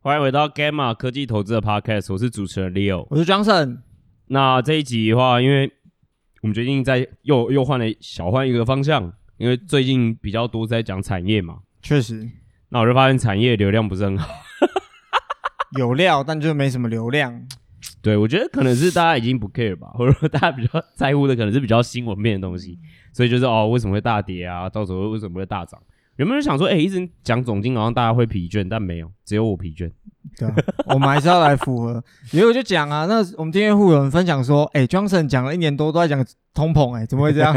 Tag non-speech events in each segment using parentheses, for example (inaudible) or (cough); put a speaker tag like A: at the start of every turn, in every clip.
A: 欢迎回到 Gamma 科技投资的 Podcast，我是主持人 Leo。
B: 我是 Johnson，
A: 那这一集的话，因为我们决定在又又换了小换一个方向，因为最近比较多在讲产业嘛，
B: 确实
A: 那我就发现产业流量不是很好。
B: 有料，但就没什么流量。
A: 对，我觉得可能是大家已经不 care 吧，或者说大家比较在乎的可能是比较新闻面的东西，所以就是哦，为什么会大跌啊？到时候为什么会大涨？有没有人想说，哎、一直讲总经好像大家会疲倦，但没有，只有我疲倦。
B: 对、啊， (laughs) 我们还是要来符合。因为我就讲啊，那我们订阅户有人分享说，哎、j o h n s o n 讲了一年多都在讲通膨、哎，怎么会这 (laughs) 样？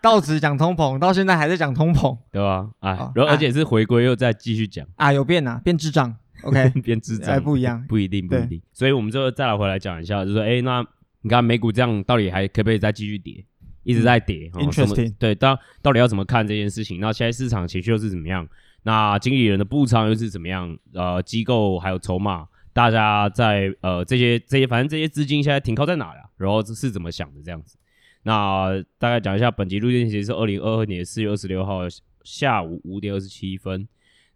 B: 到此讲通膨，到现在还在讲通膨
A: 对吧、啊？哎
B: 哦，
A: 然后
B: 哎
A: 而且是回归又再继续讲，
B: 啊，有变啊，变智障。OK， (laughs)
A: (laughs) 变智障
B: 还，不一样。
A: 不一定，不一
B: 对
A: 定。所以我们就再来回来讲一下，就是说，哎、那你看美股这样到底还可不可以再继续跌？一直在跌、哦什么
B: 嗯 Interesting
A: 对，到到底要怎么看这件事情？那现在市场情绪又是怎么样？那经理人的布仓又是怎么样？呃，机构还有筹码，大家在呃这些这些，反正这些资金现在停靠在哪了、然后是怎么想的这样子？那大概讲一下，本集录音其实是二零二二年四月二十六号下午五点二十七分。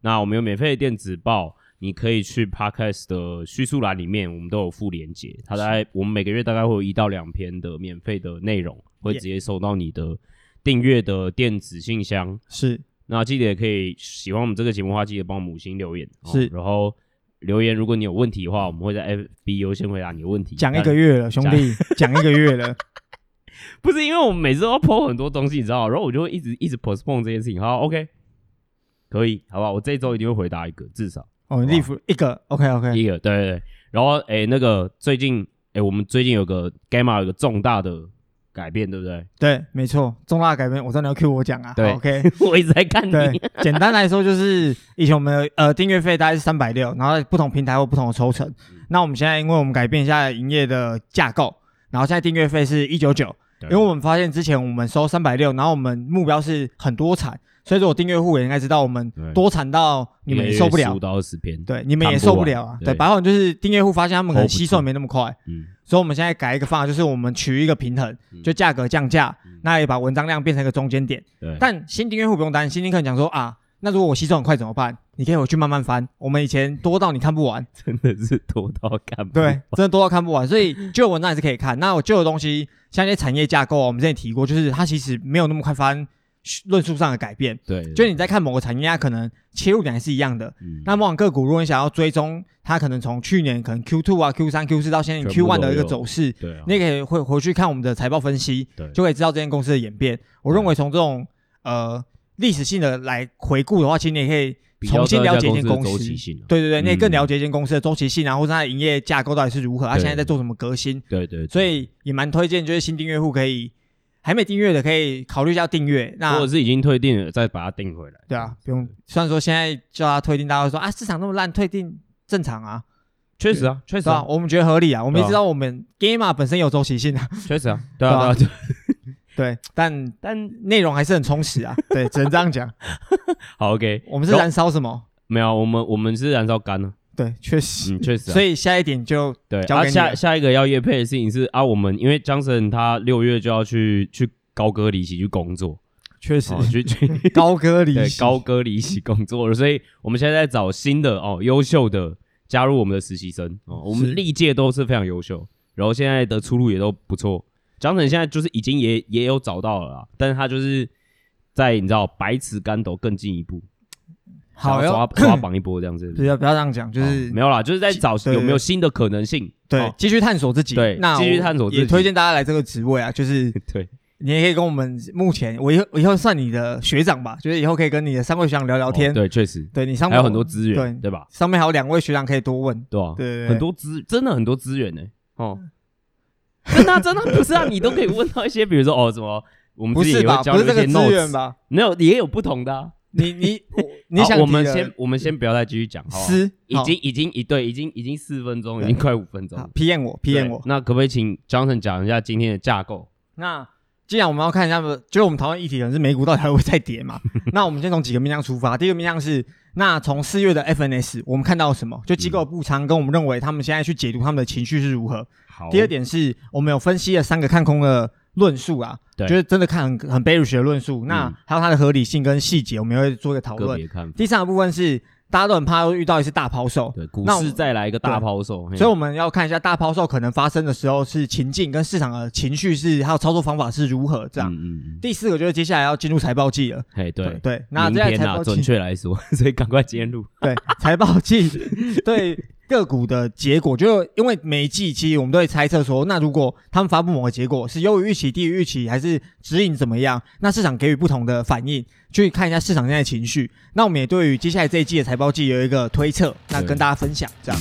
A: 那我们有免费的电子报，你可以去 Podcast 的叙述栏里面，我们都有附连接。它大概我们每个月大概会有一到两篇的免费的内容，会直
B: Yeah
A: 接收到你的订阅的电子信箱。
B: 是
A: 那记得也可以喜欢我们这个节目的话，记得帮我们五星留言。哦
B: 是
A: 然后留言，如果你有问题的话，我们会在 FB 优先回答你的问题。
B: 讲一
A: 但
B: 个月了，兄弟，讲一个月了。
A: 不是因为我们每次都要 po 很多东西，你知道吗，然后我就会一直一直 postpone 这件事情。好，OK，可以，好不好？我这一周一定会回答一个，至少
B: 哦，
A: 哇
B: 利弗一个 OK OK，
A: 一个，对对对。然后，哎，那个最近，哎，我们最近有个 Gamma 有个重大的改变，对不对？ (laughs)
B: 对，没错，重大改变，我知道你要 Q 我讲啊。
A: 对
B: o k
A: 我一直在看你
B: 对，简单来说就是以前我们的呃订阅费大概是三百六，然后不同平台会有不同的抽成。
A: 嗯
B: 那我们现在因为我们改变一下营业的架构，然后现在订阅费是一九九，
A: 对
B: 因为我们发现之前我们收三百六，然后我们目标是很多产，所以说我订阅户也应该知道我们
A: 对
B: 多产到你们也受不了
A: 五，到二十篇，
B: 对，你们也
A: 看不完
B: 受不了啊。
A: 对
B: 对，白话文就是订阅户发现他们可
A: Hold
B: 能
A: 不住
B: 吸收没那么快，
A: 嗯，
B: 所以我们现在改一个方法，就是我们取一个平衡
A: 嗯，
B: 就价格降价
A: 嗯，
B: 那也把文章量变成一个中间点。
A: 对，
B: 但新订阅户不用担心，你可能讲说啊，那如果我吸收很快怎么办？你可以回去慢慢翻，我们以前多到你看不完，
A: 真的是多到看不
B: 对
A: 完，，
B: 真的多到看不完，所以旧的文章也是可以看。那我旧的东西，像一些产业架构啊，我们之前也提过，就是它其实没有那么快发生论述上的改变。
A: 对，
B: 就你在看某个产业，它可能切入点还是一样的。
A: 嗯
B: 那某款个股，如果你想要追踪它，可能从去年可能 Q two 啊、Q 三、Q 四到现在
A: 全
B: Q
A: 部
B: one
A: 都有
B: 的一个走势，
A: 对啊，
B: 你也可以会回去看我们的财报分析，
A: 对
B: 就可以知道这间公司的演变。我认为从这种呃历史性的来回顾的话，其实你也可
A: 比
B: 以
A: 较
B: 重新
A: 知道
B: 了
A: 一家
B: 解
A: 公
B: 一间
A: 司的
B: 公
A: 周
B: 司。
A: 期性啊，
B: 对对对，你也
A: 嗯
B: 更了解一间公司的周期性，然后它的营业架构到底是如何，它
A: 对
B: 现在在做什么革新。
A: 对对，对
B: 所以也蛮推荐，就是新订阅户可以还没订阅的可以考虑一下订阅。
A: 或
B: 那
A: 者是已经退订了，再把它订回来。
B: 对啊，不用。虽然说现在叫他退订，大家会说啊，市场那么烂，退订正常啊，
A: 确实啊，确
B: 是
A: 实
B: 吧？
A: 啊，
B: 我们觉得合理啊，我们
A: 对啊
B: 也知道我们 Gamma 本身有周期性啊，
A: 确实啊，对啊，对啊。
B: 对，但
A: 但
B: 内容还是很充实啊，对，只能这样讲。
A: 好，OK，
B: 我们是
A: 然后
B: 燃烧什么？
A: 没有，我们我们是燃烧干了，
B: 对，确实。
A: 嗯，确实啊。
B: 所以下一点就
A: 对，
B: 交
A: 啊，
B: 给你
A: 下
B: 了
A: 下一个要业配的事情是啊，我们因为 Johnson 他六月就要去去高歌离席去工作，
B: 确实
A: 哦，去
B: (laughs)
A: 去
B: 高歌离
A: 对
B: 席
A: 高歌离席工作了，所以我们现在在找新的哦优秀的加入我们的实习生哦，我
B: 是
A: 们历届都是非常优秀，然后现在的出路也都不错。Johnson 现在就是已经也也有找到了啦，但是他就是在你知道百尺竿头更进一步，
B: 好
A: 想要
B: 要
A: 抓抓
B: (clears throat)
A: 榜一波这样子。
B: 不要不要这样讲，就
A: 哦
B: 是
A: 没有啦，就是在找
B: 对
A: 有没有新的可能性。
B: 对
A: 哦 (laughs)
B: 继续探索自己。
A: 对
B: 那
A: 继续
B: 我
A: 探索自
B: 也
A: 己
B: 推荐大家来这个职位啊，就是
A: 对，
B: 你也可以跟我们目前我以后我以后算你的学长吧，就是以后可以跟你的三位学长聊聊天。
A: 哦对，确实
B: 对，你上面
A: 还有很多资源，
B: 对
A: 对吧？
B: 上面还有两位学长可以多问。
A: 对啊，
B: 对对对嗯
A: 很多资真的很多资源呢、哦， (laughs) 真的啊、真的啊不是啊，你都可以问到一些，比如说哦什么，我们
B: 不
A: 自己
B: 是
A: 也
B: 吧？
A: 会教
B: 不
A: 你
B: 是
A: 一
B: 这
A: 些
B: 个资源
A: notes，
B: 吧？
A: 没有也有不同的、啊。
B: 你你我你
A: 好
B: 想
A: 我们
B: 提的
A: 先我们先不要再继续讲，好不好？啊
B: 私
A: 已经已经一对已经已经四分钟，已
B: 对
A: 经快五分钟了。
B: P N 我 P
A: 对
B: N 我。
A: 那可不可以请 Johnson 讲一下今天的架构？
B: 那既然我们要看一下，就是我们讨论议题可能是美股到底还会再
A: (laughs)
B: 跌嘛？那我们先从几个面向出发。第一个面向是，那从四月的 FNS 我们看到什么？就机构的布仓跟我们认为他们现在去解读他们的情绪是如何。
A: 好，
B: 第二，点是我们有分析了三个看空的论述啊，
A: 对
B: 就是真的看很很 bearish 的论述。那
A: 嗯
B: 还有它的合理性跟细节，我们也会做一个讨
A: 个
B: 论。
A: 别看法。
B: 第三个部分是大家都很怕又遇到一次大抛售，
A: 对，股
B: 那我
A: 市再来一个大
B: 对啊
A: 抛售，嘿
B: 所以我们要看一下大抛售可能发生的时候是情境跟市场的情绪是还有操作方法是如何这样。
A: 嗯嗯嗯，
B: 第四个就是接下来要进入财报季了，
A: 嘿，对。
B: 对，那
A: 明
B: 这样
A: 天
B: 财
A: 啊，
B: 报
A: 准
B: 季
A: 确来说， (laughs) 所以赶快今天录。
B: 对财报
A: (laughs)
B: 季对个股的结果，就因为每一季其实我们都会猜测说，那如果他们发布某个结果是优于预期、低于预期，还是指引怎么样，那市场给予不同的反应，去看一下市场现在的情绪。那我们也对于接下来这一季的财报季有一个推测，那
A: 对
B: 跟大家分享这样。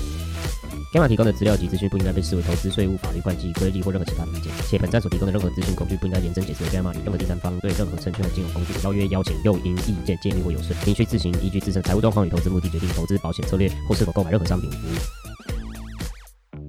C: Gamma 提供的资料及资讯不应该被视为投资、税务、法律、会计、规例或任何其他的意见，且本站所提供的任何资讯工具不应该延伸解释为 Gamma 与任何第三方对任何证券和金融工具的邀约、邀请、诱因、意见、建议或游说，您需自行依据自身财务状况与投资目的决定投资、保险策略或是否购买任何商品服务。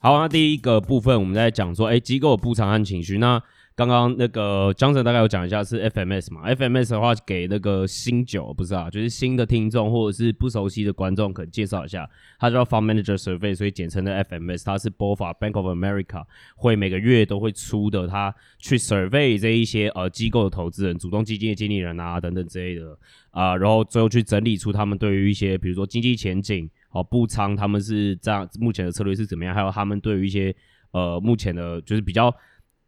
A: 好，那第一个部分我们在讲说，哎、机构的补偿和情绪。那刚刚那个 Johnson 大概有讲一下是 FMS 嘛？FMS 的话，给那个新九不是啊，就是新的听众或者是不熟悉的观众，可能介绍一下，它叫 Fund Manager Survey，所以简称的 FMS，它是 BOFA Bank of America 会每个月都会出的，它去 survey 这一些呃机构的投资人、主动基金的经理人啊等等之类的啊、然后最后去整理出他们对于一些比如说经济前景哦布仓他们是这样目前的策略是怎么样，还有他们对于一些呃目前的就是比较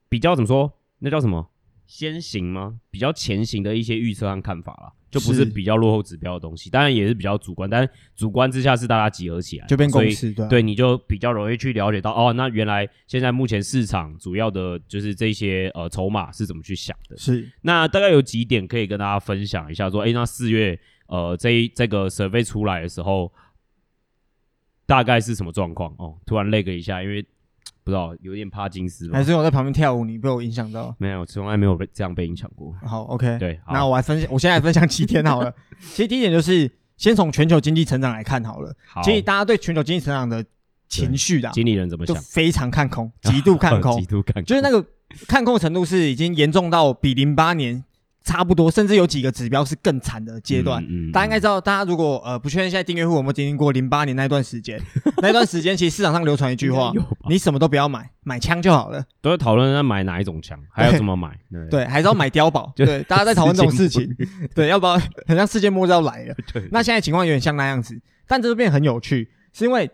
A: 比较怎么说那叫什么先行吗？比较前行的一些预测和看法啦。就不是
B: 是
A: 比较落后指标的东西，当然也是比较主观，但是主观之下是大家集合起来，
B: 就变
A: 所以
B: 公司对啊
A: 对，你就比较容易去了解到哦，那原来现在目前市场主要的就是这些呃筹码是怎么去想的。
B: 是
A: 那大概有几点可以跟大家分享一下，说，哎，那四月呃这一这个 survey 出来的时候，大概是什么状况？哦，突然累个一下，因为不知道有点帕金斯吧
B: 还？是我在旁边跳舞，你被我影响到？
A: 没有，从来没有被这样被影响过。
B: 好，OK，
A: 对，好
B: 哎那我来分享，我现在来分享七天
A: (laughs)
B: 好了。其实第一点就是先从全球经济成长来看好了。
A: 好，
B: 其实大家对全球经济成长的情绪啊，
A: 经理人怎么
B: 就
A: 想？
B: 非常看空，极度
A: (laughs)
B: 看空
A: 极，度看空，
B: 就是那个看空的程度是已经严重到比零八年差不多，甚至有几个指标是更惨的阶段。
A: 嗯嗯
B: 大家应该
A: 嗯
B: 知道，大家如果呃不确定现在订阅户有没有经历过零八年那段时间，那段时间其实市场上流传一句话
A: 应 (laughs) 该有吧：
B: 你什么都不要买，买枪就好了。
A: 都在讨论要买哪一种枪，还要怎么买。对
B: 对，还是要买碉堡。
A: 就
B: 对，大家在讨论这种事情
A: 世。
B: 对，要不然很像世界末日要来了。
A: 对
B: 那现在情况有点像那样子，但这就变得很有趣，是因为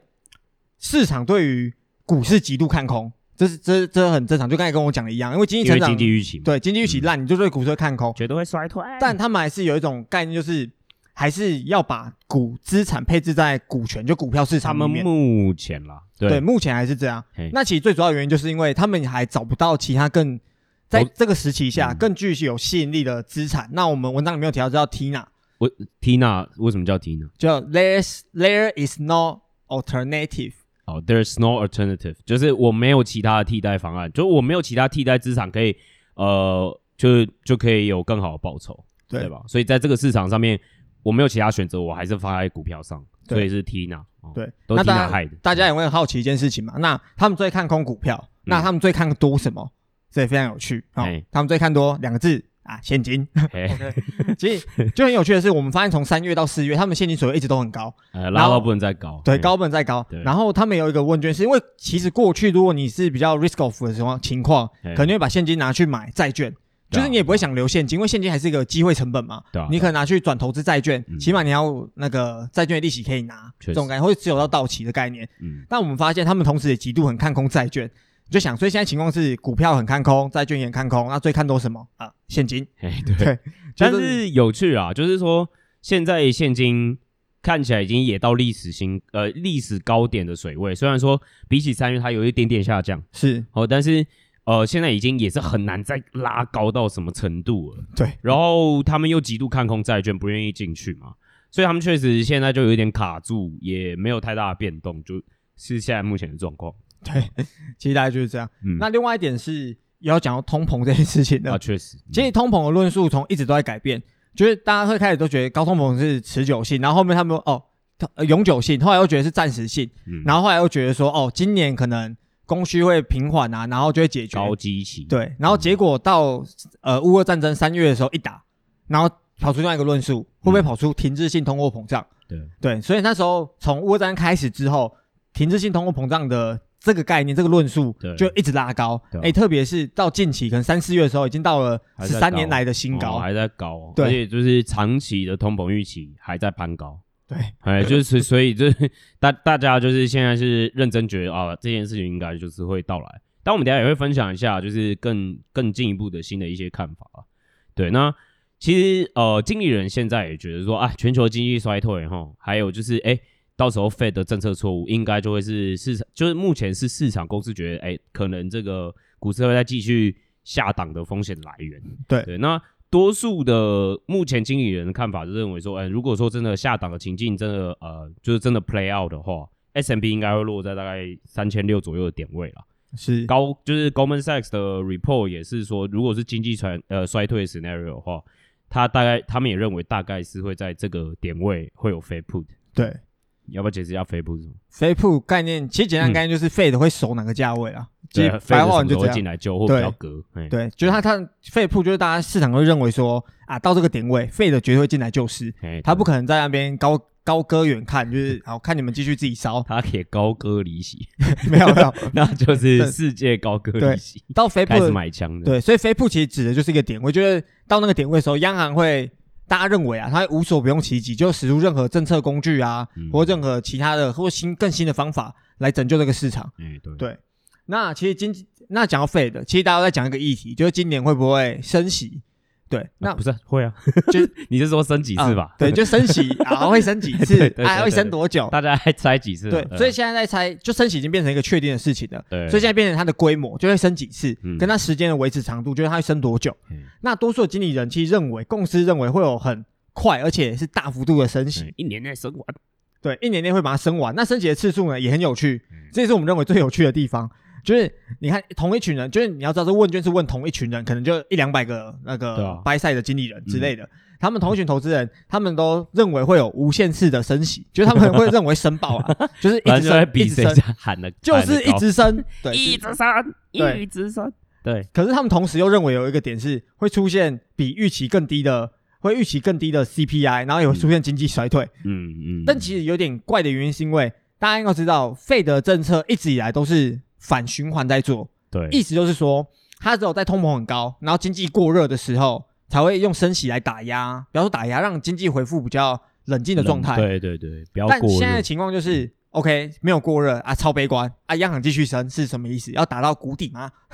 B: 市场对于股市极度看空，这是这这很正常，就刚才跟我讲的一样，因为经济
A: 因为
B: 成长
A: 经济预期嘛，
B: 对经济预期
A: 嗯
B: 烂，你就对股市会看空，
A: 绝对会衰退。
B: 但他们还是有一种概念，就是还是要把股资产配置在股权，就股票市
A: 他
B: 场里
A: 们
B: 面。
A: 目前啦，
B: 对，
A: 对，
B: 目前还是这样
A: 嘿。
B: 那其实最主要的原因就是因为他们还找不到其他更在
A: 投
B: 这个时期下
A: 嗯
B: 更具有吸引力的资产。那我们文章里面有提到叫 Tina，
A: Tina 为什么叫 Tina？
B: 叫 There's There is no alternative。
A: 哦、t h e r e s no alternative，就是我没有其他的替代方案，就我没有其他替代资产可以，呃，就就可以有更好的报酬，对
B: 对吧？
A: 吧？所以在这个市场上面，我没有其他选择，我还是放在股票上，
B: 对
A: 所以是 Tina，、哦、，
B: 对，
A: 都
B: 那
A: Tina
B: 大家
A: 害的。
B: 大家也会很好奇一件事情嘛？那他们最看空股票，
A: 嗯
B: 那他们最看多什么？这也非常有趣哦
A: 哎。
B: 他们最看多两个字啊，
A: (laughs)
B: 现金。
A: (laughs) 嘿
B: 其实就很有趣的是，我们发现从三月到四月，他们现金所得一直都很高。
A: 呃，拉到不能再高，嗯
B: 对，
A: 嘿，
B: 高本再高
A: 对。
B: 然后他们有一个问卷，是因为其实过去如果你是比较 risk off 的情况情况，
A: 嘿
B: 可能会把现金拿去买债券，
A: 对啊
B: 就是你也不会想留现金，因为现金还是一个机会成本嘛。
A: 对啊
B: 你可能拿去转投资债券
A: 嗯，
B: 起码你要那个债券的利息可以拿，
A: 确
B: 这
A: 实
B: 种概念，或者持有到到期的概念。
A: 嗯，
B: 但我们发现他们同时也极度很看空债券，就想，所以现在情况是股票很看空，债券也很看空，那最看多什么啊？现金。
A: 嘿，对。
B: 对
A: 但
B: 就是
A: 有趣啊，就是说现在现金看起来已经也到历史新呃历史高点的水位，虽然说比起三月它有一点点下降。
B: 是
A: 哦，但是呃，现在已经也是很难再拉高到什么程度了。
B: 对，
A: 然后他们又极度看空债券，不愿意进去嘛，所以他们确实现在就有一点卡住，也没有太大的变动，就是现在目前的状况。
B: 对，其实大概就是这样。
A: 嗯，
B: 那另外一点是也要讲到通膨这件事情的
A: 啊，。确实，
B: 其实通膨的论述从一直都在改变，就是大家会开始都觉得高通膨是持久性，然后后面他们说哦、它呃永久性，后来又觉得是暂时性，
A: 嗯，
B: 然后后来又觉得说哦今年可能供需会平缓啊，然后就会解决。
A: 高基期，
B: 对，然后结果到呃乌俄战争三月的时候一打，然后跑出另外一个论述，会不会跑出停滞性通货膨胀？
A: 对
B: 对，所以那时候从乌俄战争开始之后，停滞性通货膨胀的这个概念、这个论述
A: 对
B: 就一直拉高
A: 对。啊
B: 哎，特别是到近期，可能三四月的时候，已经到了
A: 还
B: 十
A: 在
B: 三
A: 高
B: 年来的新高。
A: 哦还在高、哦，
B: 对
A: 而且就是长期的通膨预期还在攀高。
B: 对，
A: 哎， (laughs) 就是所以就是大大家就是现在是认真觉得啊，这件事情应该就是会到来。但我们等一下也会分享一下，就是更更进一步的新的一些看法啊。对，那其实呃，经理人现在也觉得说啊，全球经济衰退哈，还有就是哎、到时候 Fed 的政策错误应该就会是市场，就是目前是市场公司觉得哎、可能这个股市会再继续下档的风险来源。
B: 对
A: 对，那多数的目前经理人的看法就认为说，哎、如果说真的下档的情境真的呃，就是真的 play out 的话，S M B 应该会落在大概三千六左右的点位啦。
B: 是
A: 高就是 Goldman Sachs 的 report 也是说，如果是经济衰呃衰退 scenario 的话，他大概他们也认为大概是会在这个点位会有 Fed put。
B: 对。
A: 要不要解释一下 Fed put 是什么？
B: 飞铺概念其实简单
A: 嗯
B: 概念就是 Fed 会守哪个价位啊？其实
A: 对
B: 白
A: Fed
B: 话
A: 什
B: 文
A: 么时
B: 就这
A: 候
B: 样
A: 进。来救或比较
B: 对
A: 隔？哎，
B: 对，就是他他 Fed 铺就是大家市场会认为说啊，到这个点位，Fed 绝对会进来救市，
A: 哎，，
B: 他不可能在那边高高歌远看，就是好看你们继续自己烧 (laughs)
A: 他可以高歌离席， (laughs)
B: 没有没有，
A: 那就
B: 对
A: 是世界高歌离
B: 对
A: 席，
B: 到 Fed
A: 开始
B: 铺
A: 买枪的。
B: 对，所以 Fed 铺其实指的就是一个点位，就是到那个点位的时候，央行会大家认为啊，它会无所不用其极，就使出任何政策工具啊，
A: 嗯
B: 或任何其他的或新更新的方法来拯救这个市场。
A: 哎，对
B: 对那其实今那讲到 Fed，其实大家都在讲一个议题，就是今年会不会升息？对，那
A: 啊不是啊会 (laughs) 啊，
B: 就
A: 你是说升几次吧
B: 啊？对，就升息啊，会升几次
A: 对对，对
B: 啊，
A: 对
B: 会升
A: 对
B: 多久？
A: (laughs) 大家还猜几次？
B: 对，
A: 嗯
B: 所以现在在猜，就升息已经变成一个确定的事情了。
A: 对，
B: 所以现在变成它的规模就会升几次，
A: 嗯
B: 跟它时间的维持长度，就是它会升多久。
A: 嗯
B: 那多数的经理人其实认为，公司认为会有很快而且是大幅度的升息，
A: 嗯一年内升完，
B: 对，一年内会把它升完。那升息的次数呢也很有趣，
A: 嗯
B: 这也是我们认为最有趣的地方。就是你看同一群人，就是你要知道，这问卷是问同一群人，可能就一两百个那
A: 对
B: 个
A: 啊嗯
B: 掰赛的经理人之类的，他们同一群投资人，他们都认为会有无限次的升息，就是他们会认为升爆
A: (laughs)
B: 啊，就是一
A: 反
B: 直
A: 正就在
B: 升，一
A: 比
B: 直
A: 谁
B: 升，
A: 家喊的，
B: 就是一直
A: (laughs)
B: 升，对，
A: 一直升，
B: 对
A: 一直升，对，
B: 可是他们同时又认为有一个点是会出现比预期更低的，会预期更低的 CPI，然后也会出现经济衰退。
A: 嗯嗯，
B: 但其实有点怪的原因是因为大家应该知道，费德政策一直以来都是反循环在做，
A: 对，
B: 意思就是说，它只有在通膨很高，然后经济过热的时候，才会用升息来打压，比方说打压让经济恢复比较冷静的状
A: 嗯
B: 态。
A: 对对对，不要
B: 但
A: 过
B: 现在
A: 热
B: 的情况就是。OK，没有过热啊，超悲观啊，央行继续升是什么意思？要打到谷底吗？ (laughs)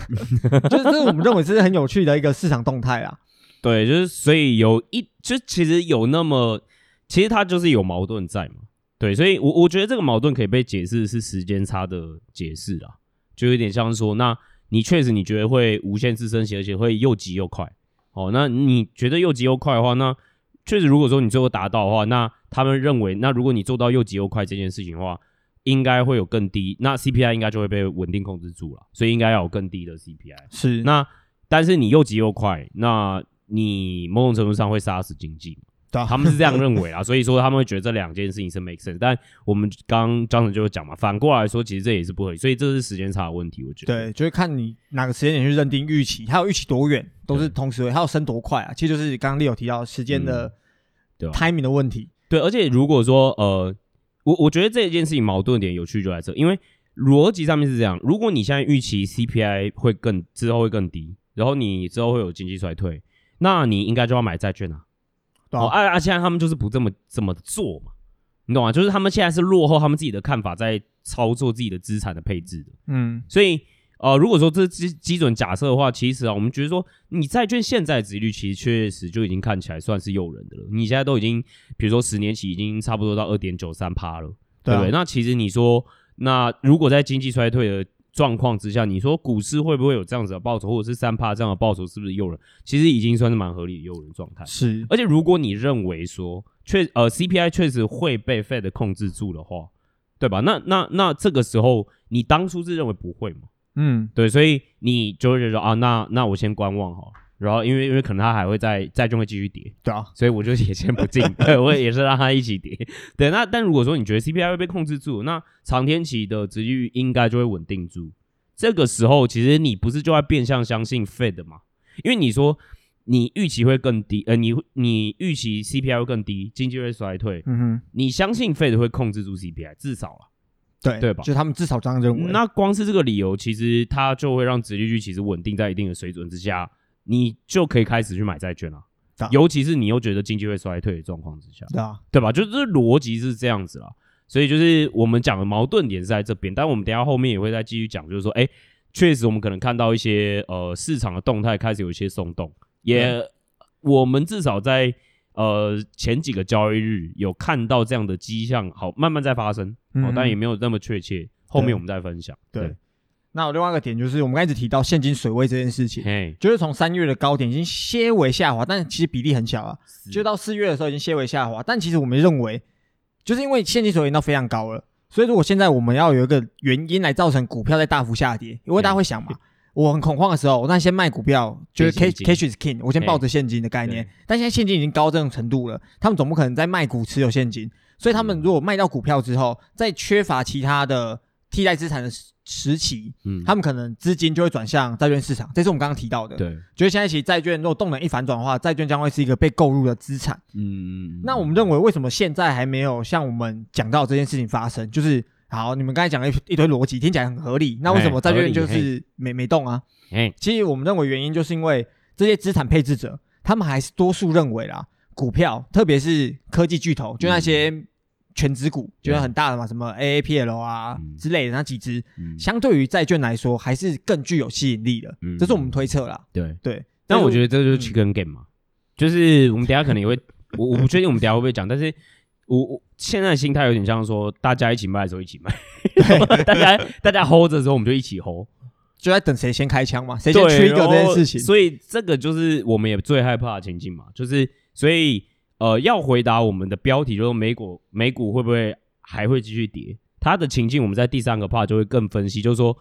B: 就是这是我们认为这是很有趣的一个市场动态啦。
A: 对，就是所以有一就其实有那么，其实它就是有矛盾在嘛。对，所以我我觉得这个矛盾可以被解释是时间差的解释啦，就有点像是说，那你确实你觉得会无限次升息，而且会又急又快。哦，那你觉得又急又快的话，那确实如果说你最后达到的话，那他们认为，那如果你做到又急又快这件事情的话，应该会有更低，那 CPI 应该就会被稳定控制住了，所以应该要有更低的 CPI。
B: 是
A: 那但是你又急又快，那你某种程度上会杀死经济。
B: 对啊
A: 他们是这样认为啦，所以说他们会觉得这两件事情是 make sense。但我们刚刚才就有讲嘛，反过来说，其实这也是不合理，所以这是时间差的问题，我觉得。
B: 对，就是看你哪个时间点去认定预期，还有预期多远，都是同时会，还有升多快啊。其实就是刚刚 Leo 提到时间的
A: 嗯对啊
B: timing 的问题。
A: 对，而且如果说呃，我我觉得这件事情矛盾点有趣就在这，因为逻辑上面是这样：如果你现在预期 CPI 会更之后会更低，然后你之后会有经济衰退，那你应该就要买债券啊。
B: 对
A: 哦，
B: 啊
A: 啊啊！现在他们就是不这么这么做嘛，你懂吗？就是他们现在是落后他们自己的看法，在操作自己的资产的配置的。
B: 嗯，
A: 所以，呃，如果说这基基准假设的话，其实啊，我们觉得说，你债券现在的殖利率其实确实就已经看起来算是诱人的了。你现在都已经，比如说十年期已经差不多到二点九三趴了，对
B: 对啊
A: 不对？那其实你说，那如果在经济衰退的状况之下，你说股市会不会有这样子的报酬，或者是三趴这样的报酬，是不是诱人？其实已经算是蛮合理的诱人状态。
B: 是
A: 而且如果你认为说确呃 CPI 确实会被 Fed 控制住的话，对吧？那那那这个时候你当初是认为不会嘛？
B: 嗯，
A: 对，所以你就会觉得说啊，那那我先观望好了。然后因为因为可能它还会在债券会继续跌，
B: 对啊，
A: 所以我就也先不
B: (laughs)
A: 进，对我也是让它一起跌。对，那但如果说你觉得 CPI 会被控制住，那长天期的殖利率应该就会稳定住。这个时候其实你不是就在变相相信 Fed 吗？因为你说你预期会更低，呃，你你预期 CPI 会更低，经济会衰退，
B: 嗯哼，
A: 你相信 Fed 会控制住 CPI，至少啊。
B: 对
A: 对吧
B: 就他们至少这样认为。
A: 那光是这个理由，其实它就会让殖利率其实稳定在一定的水准之下，你就可以开始去买债券了、
B: 对啊
A: 尤其是你又觉得经济会衰退的状况之下，
B: 对啊，
A: 对吧？就是这逻辑是这样子啦。所以就是我们讲的矛盾点是在这边，但我们等一下后面也会再继续讲，就是说，哎，确实我们可能看到一些呃市场的动态开始有一些松动，也、
B: 嗯
A: 我们至少在呃前几个交易日有看到这样的迹象，好慢慢在发生，哦
B: 嗯，
A: 但也没有那么确切，后面我们再分享。
B: 对。那有另外一个点就是，我们刚才一直提到现金水位这件事情，
A: 嘿，
B: 就是从三月的高点已经些微下滑，但其实比例很小啊。
A: 是
B: 就到四月的时候已经些微下滑，但其实我们认为，就是因为现金水位已经到非常高了，所以如果现在我们要有一个原因来造成股票在大幅下跌，因为大家会想嘛，我很恐慌的时候，那先卖股票，就是
A: 变
B: cash
A: 现金
B: cash is king，我先抱着现金的概念
A: 对。
B: 但现在现金已经高这种程度了，他们总不可能在卖股持有现金，所以他们如果卖掉股票之后，在缺乏其他的替代资产的时时期，
A: 嗯
B: 他们可能资金就会转向债券市场，这是我们刚刚提到的。
A: 对，嗯
B: 就是现在其实债券如果动能一反转的话，债券将会是一个被购入的资产。
A: 嗯
B: 那我们认为，为什么现在还没有像我们讲到这件事情发生？就是好，你们刚才讲了一一堆逻辑，听起来很合理。那为什么
A: 嘿
B: 债券就
A: 合
B: 是没没动啊？
A: 哎，
B: 其实我们认为原因就是因为这些资产配置者，他们还是多数认为啦，股票，特别是科技
A: 嗯
B: 巨头，就那些全指股，就是很大的嘛，什么 AAPL 啊
A: 嗯
B: 之类的那几只，
A: 嗯
B: 相对于债券来说，还是更具有吸引力的。
A: 嗯
B: 这是我们推测啦。
A: 对
B: 对，
A: 但我觉嗯
B: 得，
A: 得这就是 chicken game 嘛，就是我们等一下可能也 (laughs) 会，我我不确定我们等一下会不会讲，但是我我现在的心态有点像说，大家一起卖的时候一起卖， (laughs) 大家大家 hold 的时候我们就一起 hold，
B: 就在等谁先开枪嘛，谁先
A: 对，
B: 缺一个
A: 然
B: 这
A: 后
B: 件事情。
A: 所以这个就是我们也最害怕的情境嘛，就是所以呃，要回答我们的标题就是美股美股会不会还会继续跌？它的情境我们在第三个 part 就会更分析，就是说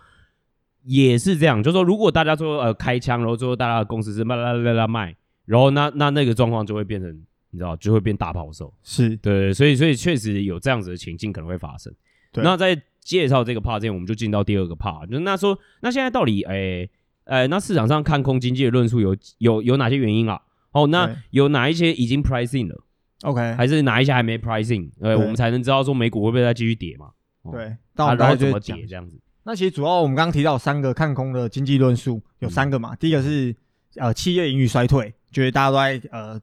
A: 也是这样，就是说如果大家说呃开枪，然后最后大家的公司是卖啦啦啦啦卖，然后那那那个状况就会变成你知道就会变大抛售。
B: 是
A: 对，所以所以确实有这样子的情境可能会发生。
B: 对
A: 那在介绍这个 part 之前，我们就进到第二个 part，就是那说那现在到底诶诶，那市场上看空经济的论述有有有哪些原因啊？哦，那
B: 对
A: 有哪一些已经 pricing 了，
B: OK，
A: 还是哪一些还没 pricing？呃，
B: 对
A: 我们才能知道说美股会不会再继续跌嘛？哦，
B: 对，那我
A: 啊然
B: 们待
A: 后
B: 会
A: 怎
B: 就
A: 么
B: 会讲
A: 跌。这样子？
B: 那其实主要我们刚刚提到有三个看空的经济论述，有三个嘛。
A: 嗯
B: 第一个是呃企业盈余衰退，就是大家都在呃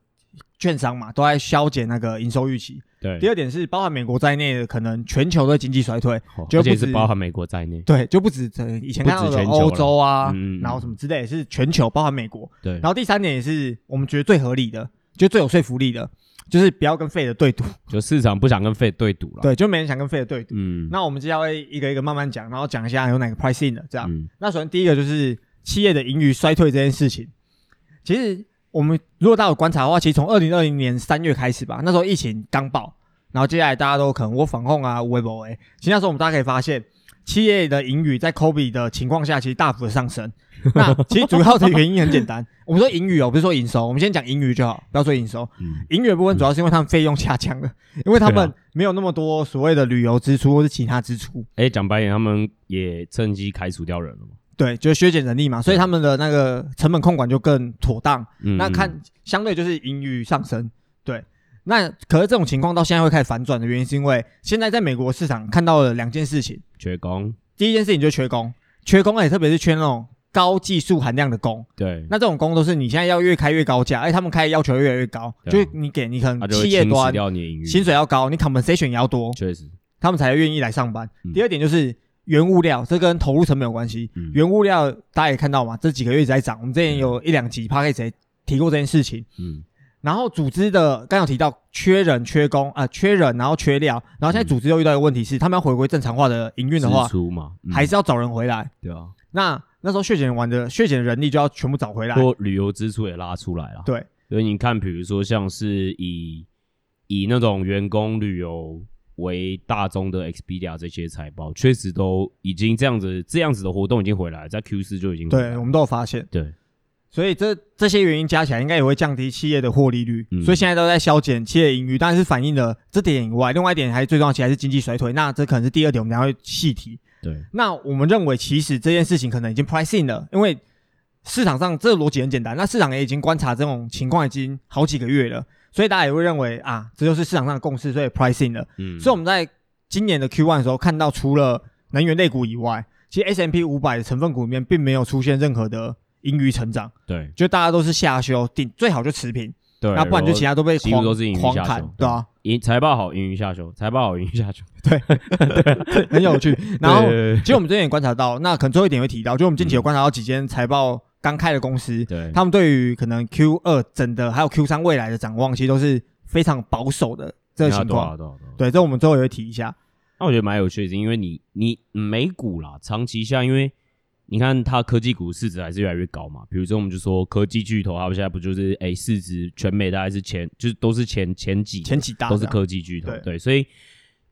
B: 券商嘛都在消减那个营收预期。
A: 对，
B: 第二点是包含美国在内的可能全球的经济衰退，
A: 哦
B: 就
A: 而且
B: 不止
A: 是包含美国在内。
B: 对，就不止呃以前看到
A: 不止
B: 的
A: 全球
B: 欧洲啊，
A: 嗯嗯嗯
B: 然后什么之类，是全球包含美国。
A: 对，
B: 然后第三点也是我们觉得最合理的，就最有说服力的，就是不要跟费的对赌。
A: 就市场不想跟 Fed 对赌了。，
B: 对，就没人想跟费的对赌。
A: 嗯，
B: 那我们接下来会一个一个慢慢讲，然后讲一下有哪个 pricing 的这样。
A: 嗯
B: 那首先第一个就是企业的盈余衰退这件事情。其实我们如果大家有观察的话，其实从二零二零年三月开始吧，那时候疫情刚爆，然后接下来大家都可能我防控啊、微博哎，其实那时候我们大家可以发现，企业的盈余在 COVID 的情况下，其实大幅的上升。那其实主要的原因很简单，我们说盈余哦，不是说营收，我们先讲盈余就好，不要说营收。
A: 嗯
B: 盈余的部分主要是因为他们费用下降了， (laughs) 因为他
A: 对
B: 们
A: 啊
B: 没有那么多所谓的旅游支出或是其他支出。
A: 哎，讲白一点，他们也趁机开除掉人了嘛。
B: 对，就是削减人力嘛，所以他们的那个成本控管就更妥当。
A: 嗯
B: 那看相对就是盈余上升，对。那可是这种情况到现在会开始反转的原因，是因为现在在美国市场看到了两件事情。
A: 缺工，
B: 第一件事情就是缺工，缺工哎，特别是缺那种高技术含量的工。
A: 对，
B: 那这种工都是你现在要越开越高价，哎，他们开的要求越来越高，
A: 对啊
B: 就是你给你可
A: 他
B: 能
A: 就会
B: 嗯企业
A: 侵蚀
B: 端
A: 掉你的盈余。
B: 薪水要高，你 compensation 也要多，
A: 确实，
B: 他们才愿意来上班。
A: 嗯
B: 第二点就是原物料，这跟投入成本有关系。
A: 嗯
B: 原物料大家也看到嘛，这几个月一直在涨。我们之前有一两集 p a c k a g 提过这件事情。
A: 嗯
B: 然后组织的刚有提到缺人、缺工啊、缺人，然后缺料，然后现
A: 嗯
B: 在组织又遇到一个问题是，他们要回归正常化的营运的话
A: 支，出嘛，嗯
B: 还是要找人回来。
A: 对啊，
B: 那那时候削减完的削减人力就要全部找回来。
A: 或旅游支出也拉出来了。
B: 对，
A: 所以你看，比如说像是以以那种员工旅游为大宗的 Expedia 这些财报，确实都已经这样子这样子的活动已经回来了，在 Q 四就已经回来
B: 对，
A: 了
B: 我们都有发现。
A: 对，
B: 所以这这些原因加起来，应该也会降低企业的获利率，
A: 嗯
B: 所以现在都在削减企业盈余，当然是反映了这点以外，另外一点还最重要，其实还是经济衰退。那这可能是第二点，我们等一下会细提。
A: 对，
B: 那我们认为，其实这件事情可能已经 price in 了，因为市场上这个逻辑很简单，那市场也已经观察这种情况已经好几个月了，所以大家也会认为啊，这就是市场上的共识，所以 price in 了。
A: 嗯，
B: 所以我们在今年的 Q1 的时候看到，除了能源类股以外，其实 S M P 五百的成分股里面并没有出现任何的盈余成长，
A: 对
B: 就大家都是下修，顶最好就持平，
A: 对，
B: 那不然就其他都被
A: 几乎
B: 狂
A: 都是盈余
B: 狂
A: 下
B: 砍
A: 修，
B: 对啊，
A: 盈财报好，盈余下修，财报好，盈余下修，
B: (laughs) 很
A: (laughs)
B: 有趣。然后
A: 对对
B: 其实我们之前也观察到，那可能最后一点会提到，就我们近期有观察到几间财报刚开的公司，
A: 对
B: 他们对于可能 Q 二整的还有 Q 三未来的展望，其实都是非常保守的这个
A: 你要
B: 情
A: 多
B: 况。
A: 少多少多少。
B: 对，这我们最后也会提一下。
A: 那我觉得蛮有趣的是，因为你你美股啦，长期下，因为你看它科技股市值还是越来越高嘛。比如说，我们就说科技巨头，它们现在不就是哎、市值全美大概是前，就是都是前前几
B: 前几大
A: 都是
B: 这样
A: 科技巨头，
B: 对
A: 对，所以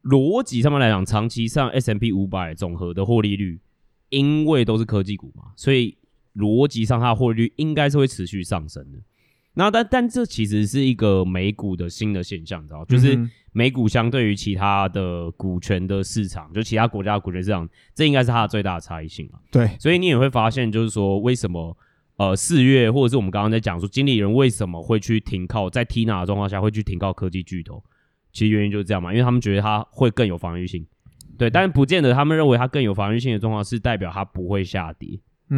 A: 逻辑上面来讲，长期上 S M P 五百总和的获利率，因为都是科技股嘛，所以逻辑上它的获利率应该是会持续上升的。那但但这其实是一个美股的新的现象，你知道吗，就是。
B: 嗯哼
A: 美股相对于其他的股权的市场，就其他国家的股权市场，这应该是它的最大的差异性了。
B: 对
A: 所以你也会发现，就是说为什么呃四月或者是我们刚刚在讲说经理人为什么会去停靠，在 Tina 的状况下会去停靠科技巨头，其实原因就是这样嘛，因为他们觉得它会更有防御性。对，
B: 嗯
A: 但是不见得他们认为它更有防御性的状况是代表它不会下跌，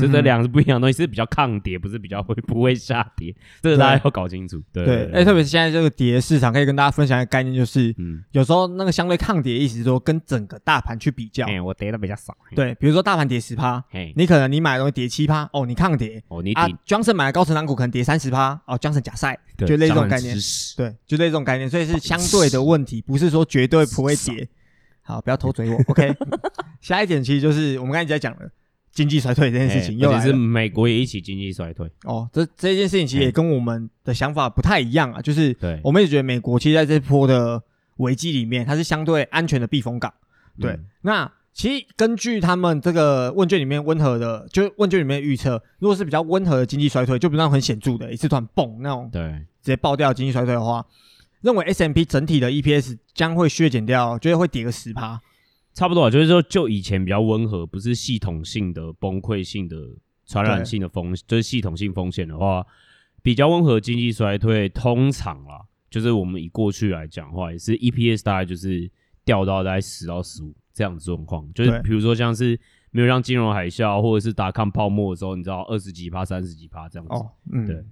A: 这这两个是不一样的东西，是比较抗跌，不是比较会不会下跌，这个大家要搞清楚。对
B: 对，哎，特别是现在这个跌市场，可以跟大家分享一个概念，就是
A: 嗯，
B: 有时候那个相对抗跌，意思是说跟整个大盘去比较。
A: 哎，我跌的比较少。嘿，
B: 对，比如说大盘跌十趴，
A: 嘿，
B: 你可能你买的东西跌七趴，哦，你抗跌
A: 哦，你
B: 啊
A: 顶
B: ，Johnson 买的高成长股可能跌三十趴，哦，Johnson 假赛，
A: 对
B: 就类似这种
A: 商人
B: 概念
A: 之死
B: 对，就类似这种概念，所以是相对的问题，不是说绝对不会跌。好，不要偷嘴我
A: (laughs)
B: ，OK。下一点其实就是我们刚才一直在讲的经济衰退这件事情，
A: 哎
B: 又
A: 而
B: 来
A: 且是
B: 了
A: 美国也一起经济衰退。
B: 哦，这这件事情其实也跟我们的想法不太一样啊，就是
A: 对，
B: 我们也觉得美国其实在这波的危机里面，它是相对安全的避风港。对，
A: 嗯
B: 那其实根据他们这个问卷里面温和的，就问卷里面的预测，如果是比较温和的经济衰退，就不是那种很显著的一次突然蹦那种
A: 对，
B: 直接爆掉经济衰退的话，认为 S M P 整体的 E P S 将会削减掉，就是会跌个十趴。
A: 差不多啊，就是说，就以前比较温和，不是系统性的崩溃性的传染性的风，就是系统性风险的话，比较温和的经济衰退，通常啦，就是我们以过去来讲的话，也是 EPS 大概就是掉到大概十到十五这样子状况，就是
B: 对
A: 比如说像是没有让金融海啸或者是达康泡沫的时候，你知道二十几趴、三十几趴这样子。
B: 哦，嗯，
A: 对。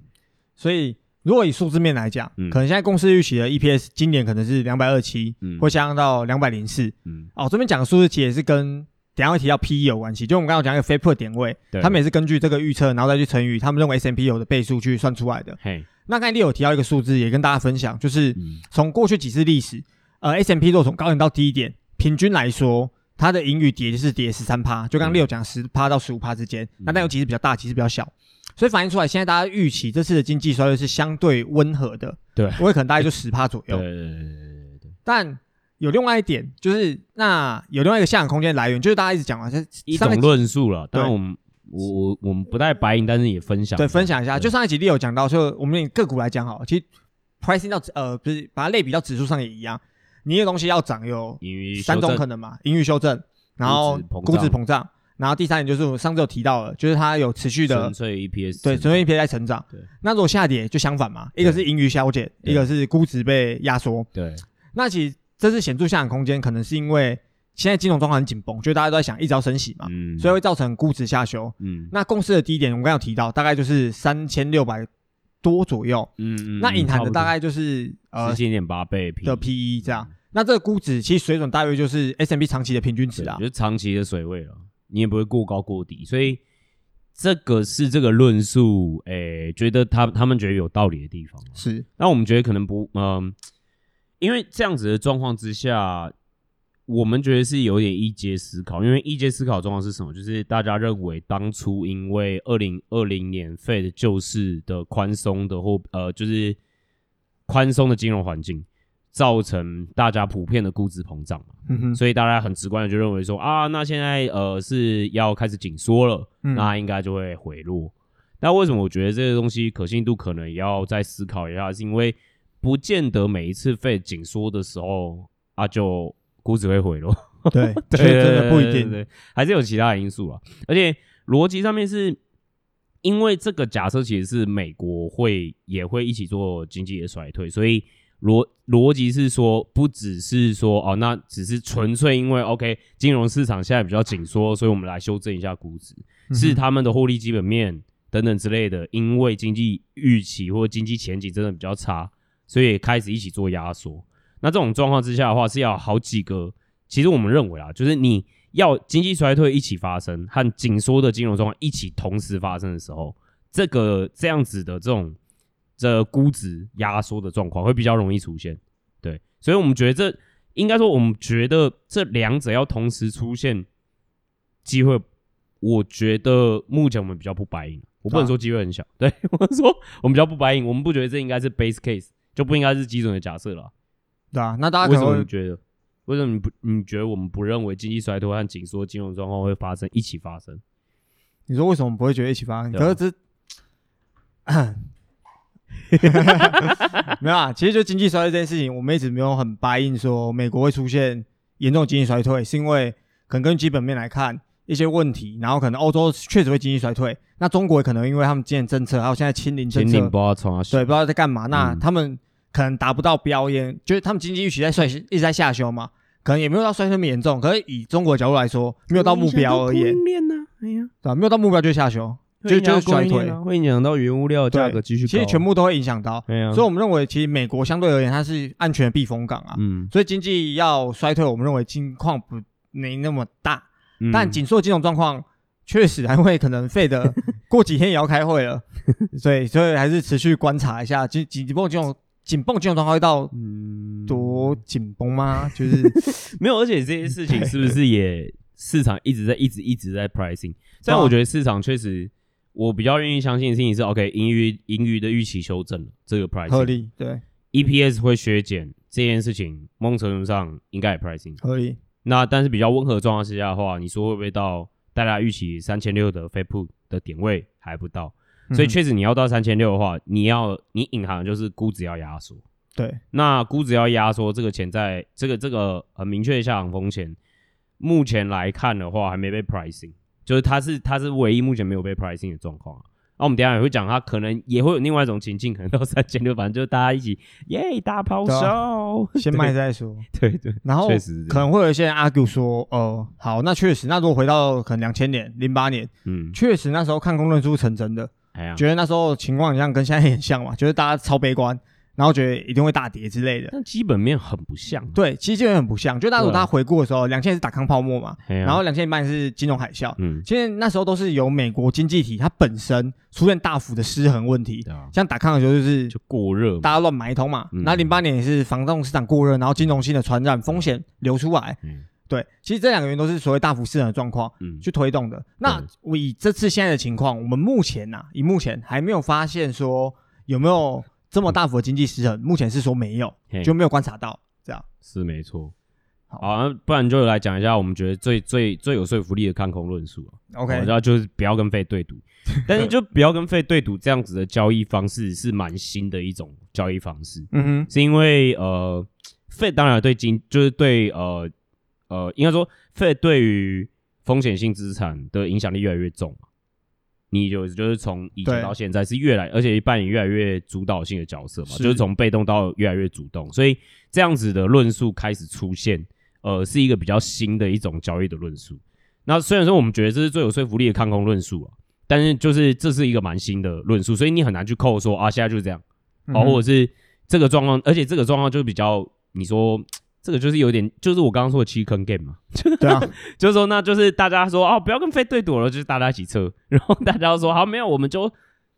B: 所以如果以数字面来讲，
A: 嗯
B: 可能现在公司预期的 E P S 今年可能是两百二七，
A: 嗯
B: 或相当到两百零四。
A: 嗯，
B: 哦，这边讲的数字其实也是跟等一下会提到 P E 有关系，就我们刚刚讲一个 f a p e r 点位，
A: 对
B: 他们也是根据这个预测，然后再去乘以他们认为 S M P 有的倍数去算出来的。
A: 嘿，
B: 那刚才你有提到一个数字，也跟大家分享，就是
A: 嗯，
B: 从过去几次历史，呃，S M P 若从高点到低点，平均来说，它的盈余跌是跌十三趴，
A: 嗯
B: 就刚刚六讲十趴到十五趴之间，那但有几次比较大，几次比较小，所以反映出来，现在大家预期这次的经济衰退是相对温和的，
A: 对
B: 我也可能大概就十趴左
A: 对
B: 右
A: 对，对对对对对
B: 但有另外一点，就是那有另外一个下行空间来源，就是大家一直讲嘛，像
A: 一
B: 上
A: 种
B: 一集
A: 论述了。当然，我们我我我们不带白银，但是也分享
B: 对分享一下，
A: 对
B: 就上一集 Leo 讲到，就我们以个股来讲好了，其实 pricing 到呃不是把它类比到指数上也一样，你一个东西要涨有
A: 盈余
B: 三种
A: 修
B: 可
A: 正
B: 能嘛，盈余修正，然后
A: 估
B: 估
A: 值膨胀
B: 值膨胀，然后第三点就是我上次有提到了，就是它有持续的
A: 纯粹 EPS
B: 对，
A: 成
B: 纯粹 EPS 在成长
A: 对。
B: 那如果下跌就相反嘛，一个是盈余消减，
A: 对
B: 一个是估值被压缩。
A: 对
B: 那其实这次显著下行空间，可能是因为现在金融状况很紧绷，就大家都在想一直要升息嘛，
A: 嗯，
B: 啊所以会造成估值下修。
A: 嗯
B: 那共识的低点，我们刚刚有提到，大概就是三千六百多左右。
A: 嗯嗯，
B: 那隐含的大概就是呃
A: 十七点八倍 P
B: 的 PE 这样。那这个估值其实水准大约就是 S M B 长期的平均值
A: 对
B: 啊
A: 就。是长期的水位了，你也不会过高过低，所以这个是这个论述，诶，觉得他他们觉得有道理的地方啊。
B: 是，
A: 那我们觉得可能不，嗯、因为这样子的状况之下，我们觉得是有点一阶思考，因为一阶思考状况是什么？就是大家认为当初因为二零二零年 Fed 救市的宽松的或呃，就是宽松的金融环境，造成大家普遍的估值膨胀嘛，
B: 嗯哼，
A: 所以大家很直观的就认为说啊，那现在呃是要开始紧缩了。
B: 嗯
A: 那应该就会回落。那为什么我觉得这些东西可信度可能也要再思考一下？是因为不见得每一次费紧缩的时候啊，就估值会回落。
B: 对，
A: (laughs) 对
B: 所以真的不一
A: 对对
B: 定。
A: 对对还是有其他的因素啊。而且逻辑上面是因为这个假设其实是美国会也会一起做经济的衰退，所以逻逻辑是说不只是说哦，那只是纯粹因为 OK 金融市场现在比较紧缩，所以我们来修正一下估值，
B: 嗯
A: 是他们的获利基本面等等之类的，因为经济预期或经济前景真的比较差，所以开始一起做压缩。那这种状况之下的话，是要好几个。其实我们认为啊，就是你要经济衰退一起发生和紧缩的金融状况一起同时发生的时候，这个这样子的这种这估值压缩的状况会比较容易出现。对，所以我们觉得这应该说，我们觉得这两者要同时出现机会，我觉得目前我们比较不白银。我不能说机会很小，对我是说我们比较不白银，我们不觉得这应该是 base case，就不应该是基准的假设了。
B: 对啊，那大家
A: 为
B: 可
A: 什
B: 能
A: 么你
B: 会
A: 觉得？为什么你不你觉得我们不认为经济衰退和紧缩金融状况会发生一起发生？
B: 你说为什么不会觉得一起发生？
A: 对啊
B: 可是这 (laughs) 没有啊，其实就经济衰退这件事情，我们一直没有很白硬说美国会出现严重经济衰退，是因为可能根据基本面来看一些问题，然后可能欧洲确实会经济衰退，那中国也可能因为他们今年政策还有现在清零政策，
A: 不知道从哪
B: 对，不知道在干嘛，那
A: 嗯
B: 他们可能达不到标烟，就是他们经济预期在衰一直在下修嘛，可能也没有到衰退那么严重，可是以中国的角度来说，没有到目标而
C: 嗯
B: 言，
A: 呢？哎呀，
B: 对吧、没有到目标就下修，就就是衰退。
A: 会影响到原物料
B: 价格
A: 继续
B: 其实全部都会影响到。
A: 哎呀，
B: 所以我们认为，其实美国相对而言它是安全的避风港啊。
A: 嗯，
B: 所以经济要衰退，我们认为情况不没那么大，
A: 嗯
B: 但紧缩金融状况确实还会可能费
A: (laughs)
B: 的，过几天也要开会了，所以所以还是持续观察一下紧紧绷金融紧绷金融状况会到
A: 嗯
B: 多紧绷吗？就是
A: (laughs) 没有，而且这些事情是不是也市场一直在一直一直在 pricing？但
B: 对啊
A: 我觉得市场确实，我比较愿意相信的事情是 OK，盈余盈余的预期修正了，这个 pricing
B: 合理，对，
A: EPS 会削减这件事情，某种程度上应该也 pricing。
B: 合理，
A: 那但是比较温和的状况之下的话，你说会不会到大家预期三千六的 Fed put 的点位还不到？所以
B: 嗯
A: 确实你要到三千六的话，你要你隐含的就是估值要压缩。
B: 对，
A: 那估值要压缩，这个潜在这个这个很明确的下行风险，目前来看的话还没被 pricing，就是它是它是唯一目前没有被 pricing 的状况啊。那、我们等一下也会讲，它可能也会有另外一种情境，可能到三千六，反正就是大家一起耶大抛
B: 对
A: 售，
B: 先卖再说。
A: (laughs) 对对，
B: 然后
A: 确实是这
B: 可
A: 样
B: 能会有一些人 argue 说，呃，好，那确实，那如果回到可能两千年、零八年，
A: 嗯，
B: 确实那时候看公论书成真的，
A: 哎呀，
B: 觉得那时候情况很像跟现在很像嘛，觉得大家超悲观，然后觉得一定会大跌之类的。
A: 但基本面很不像啊，
B: 对，其实基本很不像，就那时候
A: 对啊
B: 大家回顾的时候，两千年是打康泡沫嘛，
A: 哎呀
B: 然后两千年半是金融海啸，
A: 嗯，
B: 其实那时候都是由美国经济体它本身出现大幅的失衡问题，
A: 对啊，
B: 像打康的时候就是
A: 就过热嘛，
B: 大家乱买一通嘛，
A: 嗯
B: 然后零八年也是房动市场过热，然后金融性的传染风险流出来，
A: 嗯
B: 对，其实这两个原因都是所谓大幅市场的状况
A: 嗯，
B: 去推动的。那
A: 对
B: 我以这次现在的情况，我们目前呐、以目前还没有发现说有没有这么大幅的经济失衡，目前是说没有，
A: 嘿
B: 就没有观察到这样。
A: 是没错。
B: 好
A: 好，那不然就来讲一下我们觉得最最最有说服力的看空论述啊。
B: OK，
A: 然后就是不要跟费对
B: (laughs)
A: 赌，但是就不要跟费对赌这样子的交易方式是蛮新的一种交易方式，
B: 嗯哼，
A: 是因为呃，费当然对金就是对呃呃，应该说费对于风险性资产的影响力越来越重嘛，你有就是从以前
B: 对
A: 到现在是越来，而且扮演越来越主导性的角色嘛，
B: 是
A: 就是从被动到越来越主动，所以这样子的论述开始出现，呃，是一个比较新的一种交易的论述。那虽然说我们觉得这是最有说服力的看空论述啊，但是就是这是一个蛮新的论述，所以你很难去扣说啊，现在就是这样，
B: 嗯
A: 哦，
B: 哼
A: 或者是这个状况，而且这个状况就比较，你说这个就是有点，就是我刚刚说的七坑 game 嘛，
B: 对啊，
A: 就是说那就是大家说哦，不要跟飞对赌了，就是大家一起撤，然后大家说好没有，我们就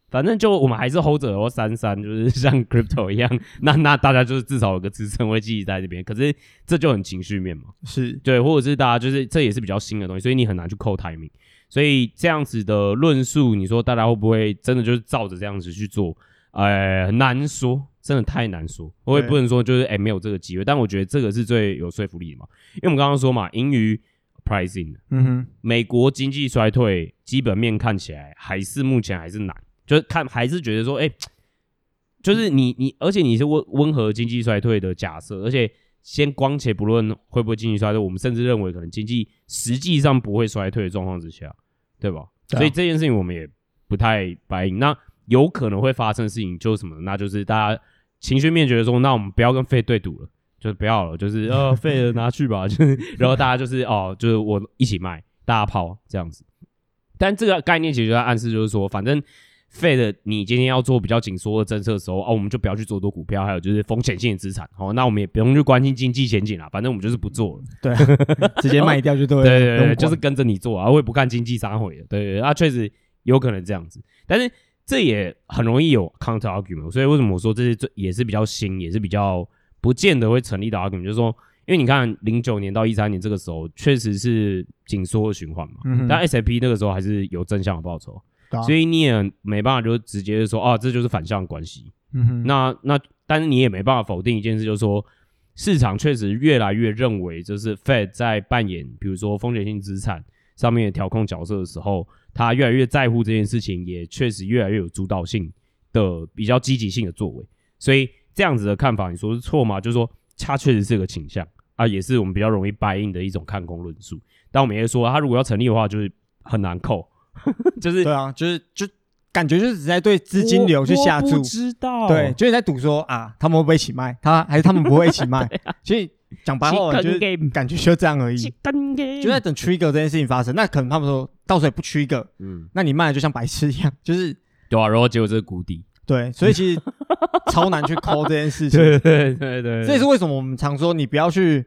A: 反正就我们还是 hold 着，然后三三就是像 crypto 一样，那那大家就是至少有个支撑会继续在这边，可是这就很情绪面嘛，
B: 是
A: 对，或者是大家就是这也是比较新的东西，所以你很难去扣 timing。所以这样子的论述，你说大家会不会真的就是照着这样子去做？呃，很难说，真的太难说。我也
B: 对
A: 不能说就是哎、没有这个机会，但我觉得这个是最有说服力的嘛，因为我们刚刚说嘛，盈余 pricing
B: 嗯哼，
A: 美国经济衰退基本面看起来还是目前还是难，就是看还是觉得说，哎、就是你你，而且你是温温和经济衰退的假设，而且先光且不论会不会经济衰退，我们甚至认为可能经济实际上不会衰退的状况之下，对吧？
B: 对啊
A: 所以这件事情我们也不太白应。那有可能会发生的事情就是什么呢？那就是大家情绪面觉得说，那我们不要跟费对赌了，就是不要了，就是呃费了拿去吧，就是然后大家就是哦，就是我一起卖，大家抛这样子。但这个概念其实就在暗示，就是说，反正 Fed 你今天要做比较紧缩的政策的时候，哦，我们就不要去做多股票，还有就是风险性的资产，哦，那我们也不用去关心经济前景啦，反正我们就是不做了。
B: 对， (laughs) 直接卖掉就对了。
A: 啊对
B: 不
A: 对
B: 用
A: 对，
B: 管
A: 就是跟着你做啊，我也不看经济啥毁的。对对对，啊，确实有可能这样子，但是这也很容易有 counter argument，所以为什么我说这是最也是比较新，也是比较不见得会成立的 argument，就是说，因为你看零九年到一三年这个时候，确实是紧缩的循环嘛，
B: 嗯哼
A: 但 S P 那个时候还是有正向的报酬，
B: 对啊
A: 所以你也没办法就直接就说啊，这就是反向关系。
B: 嗯哼
A: 那那但是你也没办法否定一件事，就是说市场确实越来越认为，就是 Fed 在扮演比如说风险性资产上面的调控角色的时候，他越来越在乎这件事情，也确实越来越有主导性的比较积极性的作为。所以这样子的看法，你说是错吗？就是说它确实是个倾向啊，也是我们比较容易 buy in 的一种看空论述。但我们也说，它如果要成立的话，就是很难扣， (laughs) 就是
B: 对啊，就是就感觉就是只在对资金流去下
A: 我
B: 注
A: 不，知道
B: 对，就是在赌说啊，他们会不会一起卖？他还是他们不会一起
A: (laughs)
B: 卖？所以讲白话，就是
A: 啊 game，
B: 感觉就这样而已，
A: Chicken game
B: 就在等 trigger 这件事情发生。那可能他们说到时候也不 trigger，
A: 嗯，
B: 那你卖的就像白痴一样，就是
A: 对啊，然后结果这是谷底，
B: 对，所以其实超难去抠这件事情。
A: 对对对 (laughs) 对
B: 这也是为什么我们常说你不要去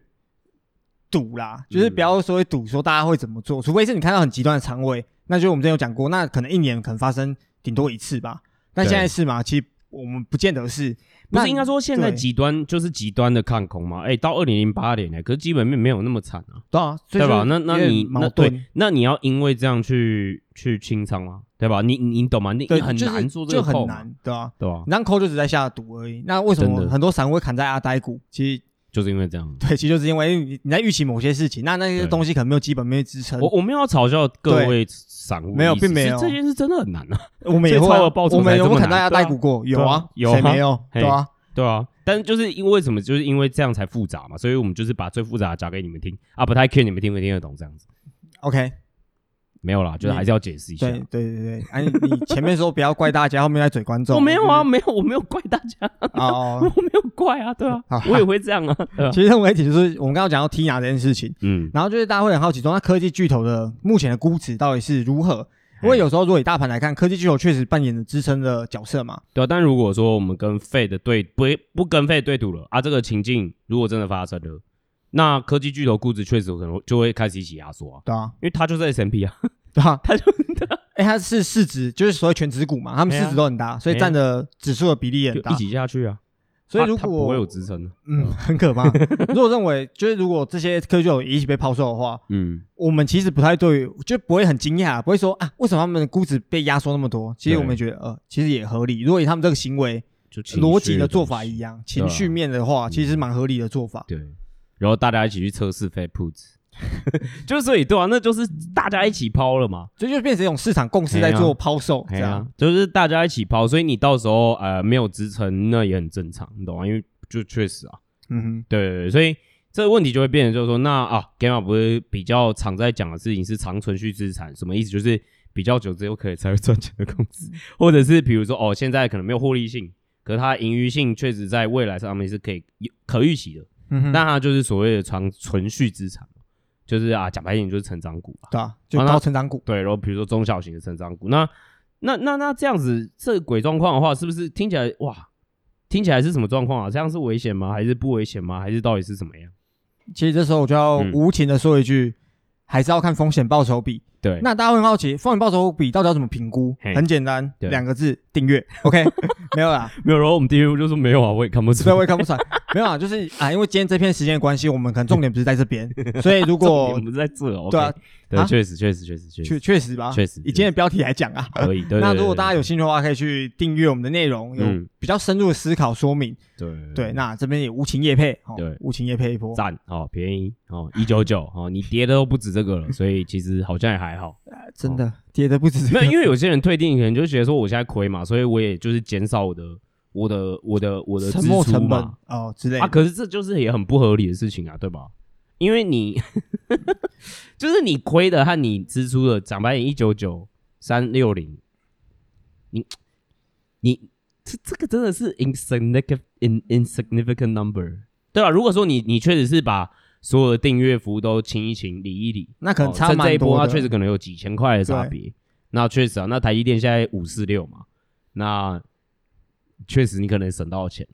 B: 赌啦，
A: 嗯
B: 就是不要说赌说大家会怎么做，除非是你看到很极端的仓位，那就是我们之前有讲过，那可能一年可能发生顶多一次吧。但
A: 对
B: 现在是嘛？其实我们不见得是，
A: 不
B: 那
A: 是应该说现在
B: 对
A: 极端就是极端的看空嘛？哎，到二零零八年欸呢，可是基本面没有那么惨啊，
B: 对啊，所以
A: 对吧？
B: 就
A: 那那
B: 有点
A: 你
B: 矛
A: 那对
B: 盾，，
A: 那你要因为这样去去清仓吗？对吧？你你你懂吗？你
B: 对，
A: 你很
B: 就是
A: 难做这
B: 就
A: 个
B: 很
A: 扣嘛，
B: 难，对啊。
A: 对吧？
B: 你让抠就只在下赌而已。那为什
A: 真
B: 么
A: 的
B: 很多散户会砍在阿呆股？其实 (laughs)
A: 就是因为这样。
B: 对，其实就是因为你你在预期某些事情，那那些
A: 对
B: 东西可能没有基本面支撑。
A: 我我没有要嘲笑各
B: 对
A: 位散户的意思，
B: 没有并没有
A: 是这件事真的很难啊， (laughs)
B: 我们也会
A: 所以超
B: 啊，
A: 额报酬
B: 我们
A: 才
B: 有
A: 这
B: 没有
A: 么
B: 砍在
A: 难
B: 阿呆股过？有啊，
A: 对啊有
B: 谁
A: 啊
B: 没有？
A: 嘿
B: 对啊，
A: 对啊。但就是因为为什么，就是因为这样才复杂嘛，所以我们就是把最复杂的讲给你们听啊，不太 care 你们听不听得懂这样子，
B: OK，
A: 没有啦，就是还是要解释一下。
B: 对对对对，哎、你你前面说不要怪大家，后面在嘴观众。
A: 我没有啊，没有，我没有怪大家，
B: 就是。
A: (laughs)
B: 哦，
A: 我没有怪啊，对啊
B: 好，
A: 我也会这样啊，对啊
B: 其实我一题就是我们刚刚讲到 Tina 这件事情，
A: 嗯，
B: 然后就是大家会很好奇说，那科技巨头的目前的估值到底是如何？因为有时候如果以大盘来看，科技巨头确实扮演着支撑的角色嘛。
A: 对啊。但如果说我们跟 Fed 对不不跟 Fed 对赌了啊，这个情境如果真的发生了，那科技巨头估值确实可能就会开始一起压缩啊，
B: 对啊，
A: 因为它就是 S M P 啊，
B: (laughs) 对啊，
A: 它就
B: (laughs) 哎、它是市值，就是所谓全指股嘛，他们
A: 哎呀
B: 市值都很大，所以占的指数的比例也
A: 就
B: 很大
A: 一。起下去啊，
B: 所以
A: 它
B: 如
A: 它不
B: 果
A: 会有支撑的，啊
B: 嗯 (laughs) 很可怕，如果认为就是如果这些科技巨头也一起被抛售的话，
A: 嗯，
B: 我们其实不太对，就不会很惊讶，不会说啊，为什么他们的估值被压缩那么多？其实
A: 对
B: 我们觉得，呃，其实也合理。如果以他们这个行为
A: 就情绪
B: 逻辑的
A: 东
B: 做
A: 西
B: 法一样，
A: 对啊
B: 情绪面的话，
A: 嗯
B: 其实蛮合理的做法。
A: 对，然后大家一起去测试 Fed puts，就是所以对啊，那就是大家一起抛了嘛，
B: 所以就变成一种市场共识在
A: 哎呀
B: 做抛售，这
A: 哎呀
B: 样，
A: 就是大家一起抛，所以你到时候呃没有支撑，那也很正常，你懂吗？因为就确实啊，
B: 嗯哼，
A: 对对对，所以这个问题就会变成就是说，那啊，Gamma 不是比较常在讲的事情是长存续资产，什么意思？就是比较久之后可以才会赚钱的公司，或者是比如说哦，现在可能没有获利性，可是它的盈余性确实在未来上面是可以可预期的，
B: 嗯哼，
A: 那它就是所谓的长存续资产嘛，就是啊讲白一点就是成长股啊。
B: 对啊，就
A: 好那
B: 高成长股，
A: 对，然后比如说中小型的成长股，那那那那这样子这个鬼状况的话，是不是听起来哇？听起来是什么状况啊？这样是危险吗？还是不危险吗？还是到底是怎么样？
B: 其实这时候我就要
A: 嗯
B: 无情的说一句，还是要看风险报酬比。
A: 对，
B: 那大家会很好奇，风险报酬比到底要怎么评估？
A: 嘿
B: 很简单，
A: 对
B: 两个字，订阅。OK，没 (laughs)
A: (laughs)
B: 有啦。
A: 没有。然后我们第一步就说没有啊，我也看不出 (laughs)
B: 对，
A: 来。
B: 我也看不出来。没有啊，就是啊，因为今天这片时间的关系，我们可能重点不是在
A: (laughs)
B: 这边，所以如
A: 我
B: 果
A: 们在这哦，
B: 对啊
A: OK，对，
B: 啊
A: 确实确实确实确
B: 确
A: 实
B: 确实吧，
A: 确实
B: 以今天的标题来讲啊。
A: 可以。对，
B: 那如果大家
A: 有
B: 有兴趣的话，可以去订阅我们的内容，有
A: 嗯
B: 比较深入的思考说明。
A: 对
B: 对，那这边也无情夜配，哦
A: 对
B: 无情夜配一波，
A: 赞哦，便宜哦，一九九哦，你跌的都不止这
B: (laughs)
A: 个了，所以其实好像也还好。
B: 真的跌的不止这
A: 没
B: 个
A: 有，因为有些人退订可能就觉得说我现在亏嘛，所以我也就是减少我的我的我的我的
B: 沉
A: 支
B: 没
A: 出
B: 成本
A: 嘛。
B: 哦之类
A: 啊，
B: 的。
A: 可是这就是也很不合理的事情啊，对吧？因为你 (laughs) 就是你亏的和你支出的，涨白眼一九九三六零，你你这这个真的是 insignificant in insignificant number，对啊吧？如果说你你确实是把所有的订阅服务都清一清、理一理，
B: 那可能
A: 哦
B: 差
A: 趁这
B: 蛮
A: 一波，
B: 多
A: 它
B: 的。
A: 确实可能有几千块的差别。那确实啊，那台积电现在五四六嘛，那确实你可能省到钱。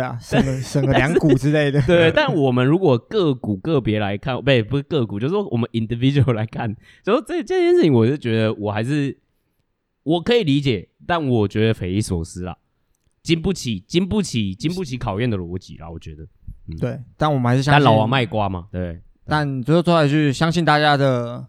A: (laughs)
B: 啊，省个省个两股之类的。
A: 对，但我们如果个股个别来看，不不是个股，就是说我们 individual 来看，就是这这件事情，我是觉得我还是我可以理解，但我觉得匪夷所思啦，经不起经不起经不起考验的逻辑啦，我觉得。
B: 对，但我们还是相
A: 但
B: 信
A: 老王，卖瓜嘛，对，
B: 但最后最后一句，相信大家的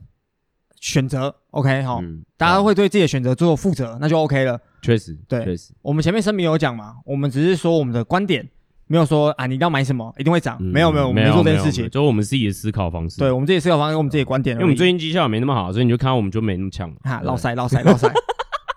B: 选择。OK 哈，
A: 嗯
B: 哦大家会对自己的选择做负责，那就 OK 了。
A: 确实，
B: 对
A: 确实，
B: 我们前面声明有讲嘛，我们只是说我们的观点，没有说啊你一定要买什么一定会涨，
A: 嗯
B: 没有没有，我们没做这件事
A: 没有
B: 情。
A: 就是我们自己的思考方式。
B: 对，我们自己思考方式，我们自己的观点
A: 因
B: 而已。
A: 为我们最近绩效也没那么好，所以你就看到我们就没那么强嘛。
B: 哈
A: 对
B: 落塞落塞落塞，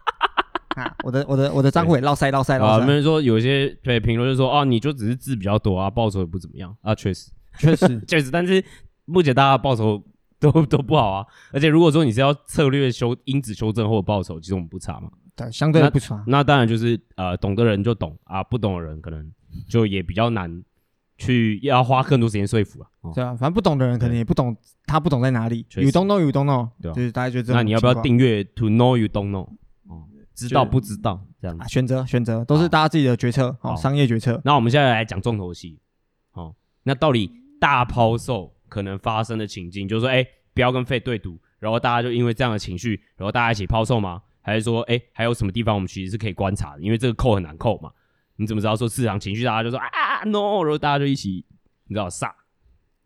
B: (laughs) 啊，我的我的我的账户也落塞落塞
A: 啊，
B: 落
A: 没
B: 塞，
A: 人说有些对评论就说哦，你就只是字比较多啊，报酬也不怎么样啊，确实。
B: 确 (laughs) 实
A: 确实，但是目前大家的报酬都都不好啊。而且如果说你是要策略修因子修正后的报酬，其实我们不差嘛。
B: 对，相对
A: 那
B: 不差。
A: 那当然就是呃，懂的人就懂啊，不懂的人可能就也比较难去要花更多时间说服啊。哦
B: 对啊，反正不懂的人可能也不懂，他不懂在哪里。
A: 确实
B: You don't know, you don't know，
A: 对啊
B: 就是大家就这种情况。
A: 那你要不要订阅 To Know You Don't Know？哦，知道不知道这样
B: 啊？
A: 子。
B: 选择选择都
A: 好
B: 是大家自己的决策，好，
A: 好
B: 商业决
A: (laughs)
B: 策。
A: 那我们现在来讲重头戏，哦，那到底大抛售可能发生的情境，就是说，哎、不要跟费对赌，然后大家就因为这样的情绪，然后大家一起抛售吗？还是说，哎、还有什么地方我们其实是可以观察的？因为这个扣很难扣嘛，你怎么知道说市场情绪，大家就说啊啊 no，然后大家就一起，你知道煞，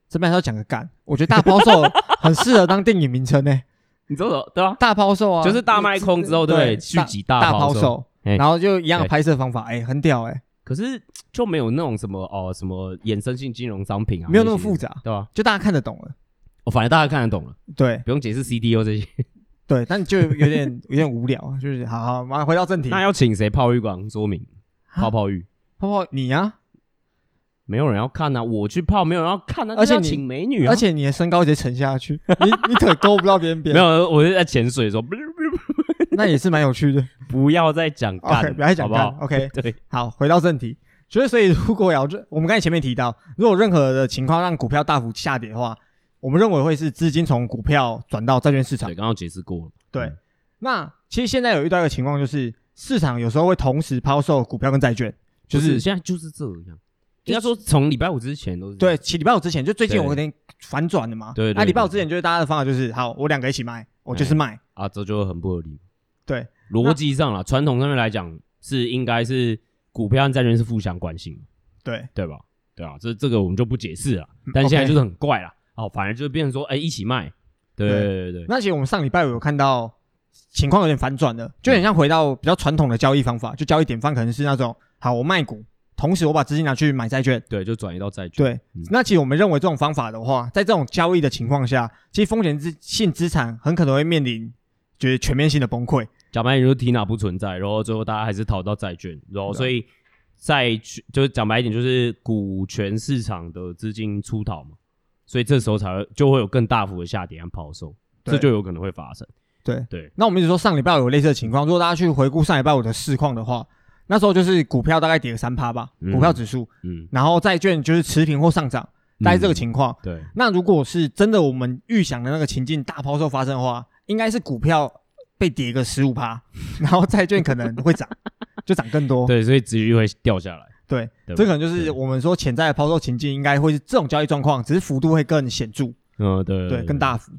B: 这边还是要讲个干，我觉得大抛售很适合当电影名称
A: (laughs)
B: 呢。
A: 你知道的对吧、
B: 大抛售啊，
A: 就是大卖空之后，对不对？续集
B: 大
A: 大
B: 抛
A: 抛售，
B: 售，
A: 哎
B: 然后就一样的
A: 对
B: 拍摄方法，哎，很屌哎，
A: 可是就没有那种什么哦什么衍生性金融商品啊，
B: 没有那么
A: 些的
B: 复，杂，
A: 对吧、
B: 就大家看得懂了。
A: 我、反正大家看得懂了，
B: 对
A: 不用解释 CDO 这些。
B: 对，但就有
A: (laughs)
B: 点有点无聊，啊就是好好，马上回到正题。
A: 那要 (laughs) 请谁泡浴馆说明？
B: 啊
A: 泡泡浴
B: 泡泡你啊，
A: 没有人要看啊，我去泡没有人要看啊，
B: 而
A: 就
B: 且
A: 是要
B: 你
A: 请美女啊，
B: 而且你的身高直接沉下去，你你可勾不到别人边，
A: (laughs) 没有，我是在潜水的时候，不
B: 那也是蛮有趣的。
A: 不要再讲
B: OK，
A: 干，
B: 不要再讲
A: 好不
B: 干
A: 好？
B: OK，
A: 对，
B: 好，回到正题，就是所以如果要 (laughs) 我们刚才前面提到，如果任何的情况让股票大幅下跌的话，我们认为会是资金从股票转到债券市场
A: 对，。刚刚解释过了，嗯
B: 对，那其实现在有遇到一个情况，就是市场有时候会同时抛售股票跟债券，就
A: 就是是现在就是这样，
B: 就是
A: 应该说从礼拜五之前都是这
B: 对，
A: 样，
B: 其礼拜五之前就最近
A: 对
B: 有点反转的嘛。
A: 对对
B: 那礼拜五
A: 对
B: 之前就是大家的方法就是，好，我两个一起卖，我就是卖。
A: 啊，这就很不合理。
B: 对，
A: 逻辑上啦，传统上面来讲是应该是股票和债券是互相关性，
B: 对
A: 对吧？对啊，这这个我们就不解释了，
B: 嗯
A: 但现在
B: OK
A: 就是很怪啦，哦，反而就变成说，哎，一起卖，对
B: 对
A: 对对对，
B: 那其实我们上礼拜五有看到情况有点反转的，就很像回到比较传统的交易方法，就交易典范可能是那种，好，我卖股，同时我把资金拿去买债券。
A: 对，就转移到债券。
B: 对，
A: 嗯
B: 那其实我们认为这种方法的话，在这种交易的情况下，其实风险资性资产很可能会面临就是全面性的崩溃。
A: 假白点就是 Tina 不存在，然后最后大家还是逃到债券，然后
B: 对啊
A: 所以债券就是讲白一点，就是股权市场的资金出逃嘛，所以这时候才会就会有更大幅的下跌和抛售，
B: 对
A: 这就有可能会发生。
B: 对
A: 对，
B: 那我们一直说上礼拜五有类似的情况，如果大家去回顾上礼拜五的市况的话，那时候就是股票大概跌了三趴吧，
A: 嗯
B: 股票指数，
A: 嗯，
B: 然后债券就是持平或上涨，大概这
A: 嗯
B: 个情况。
A: 对
B: 那如果是真的我们预想的那个情境大抛售发生的话，应该是股票被跌个十五趴， (laughs) 然后债券可能会涨， (laughs) 就涨更多。
A: 对，所以值率会掉下来。
B: 对
A: 对吧，
B: 这可能就是
A: 对
B: 我们说潜在的抛售情境，应该会是这种交易状况，只是幅度会更显著，
A: 嗯，对
B: 对，更。大幅。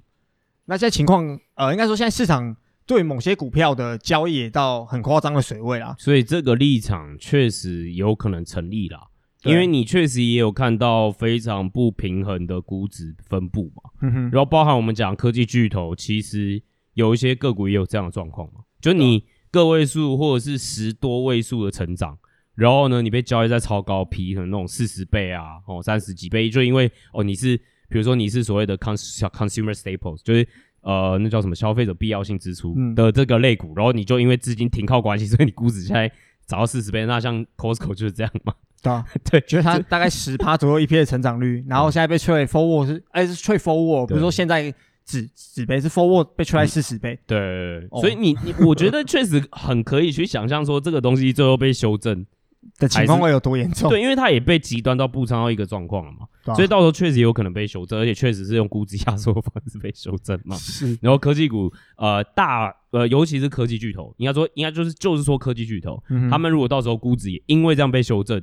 B: 那现在情况，呃，应该说现在市场对某些股票的交易也到很夸张的水位啦。
A: 所以这个立场确实有可能成立啦，
B: 对
A: 因为你确实也有看到非常不平衡的估值分布嘛。
B: 嗯哼，
A: 然后包含我们讲科技巨头，其实有一些个股也有这样的状况嘛，就你个位数或者是十多位数的成长，然后呢，你被交易在超高 P，可能那种四十倍啊，哦三十几倍，就因为哦你是比如说你是所谓的 cons 小 consumer staples，就是呃那叫什么消费者必要性支出
B: 嗯
A: 的这个类股，然后你就因为资金停靠关系，所以你估值现在涨到四十倍，那像 Costco 就是这样嘛。
B: (laughs) 对啊
A: (laughs) 对，
B: 觉得它大概十趴左右一 P 的成长率，然后现在被吹 forward 是，哎、是吹 forward，不是说现在指指杯是 forward
A: 嗯
B: 被吹在四十倍，
A: 对对对，
B: 哦
A: 所以你你我觉得确实很可以去想象说这个东西最后被修正，
B: 的情况会有多严重？
A: 对，因为它也被极端到步仓到一个状况了嘛，
B: 对啊
A: 所以到时候确实有可能被修正，而且确实是用估值压缩的方式被修正嘛。
B: (laughs) 是
A: 然后科技股呃大呃尤其是科技巨头，应该说应该就是就是说科技巨头，
B: 嗯
A: 他们如果到时候估值也因为这样被修正，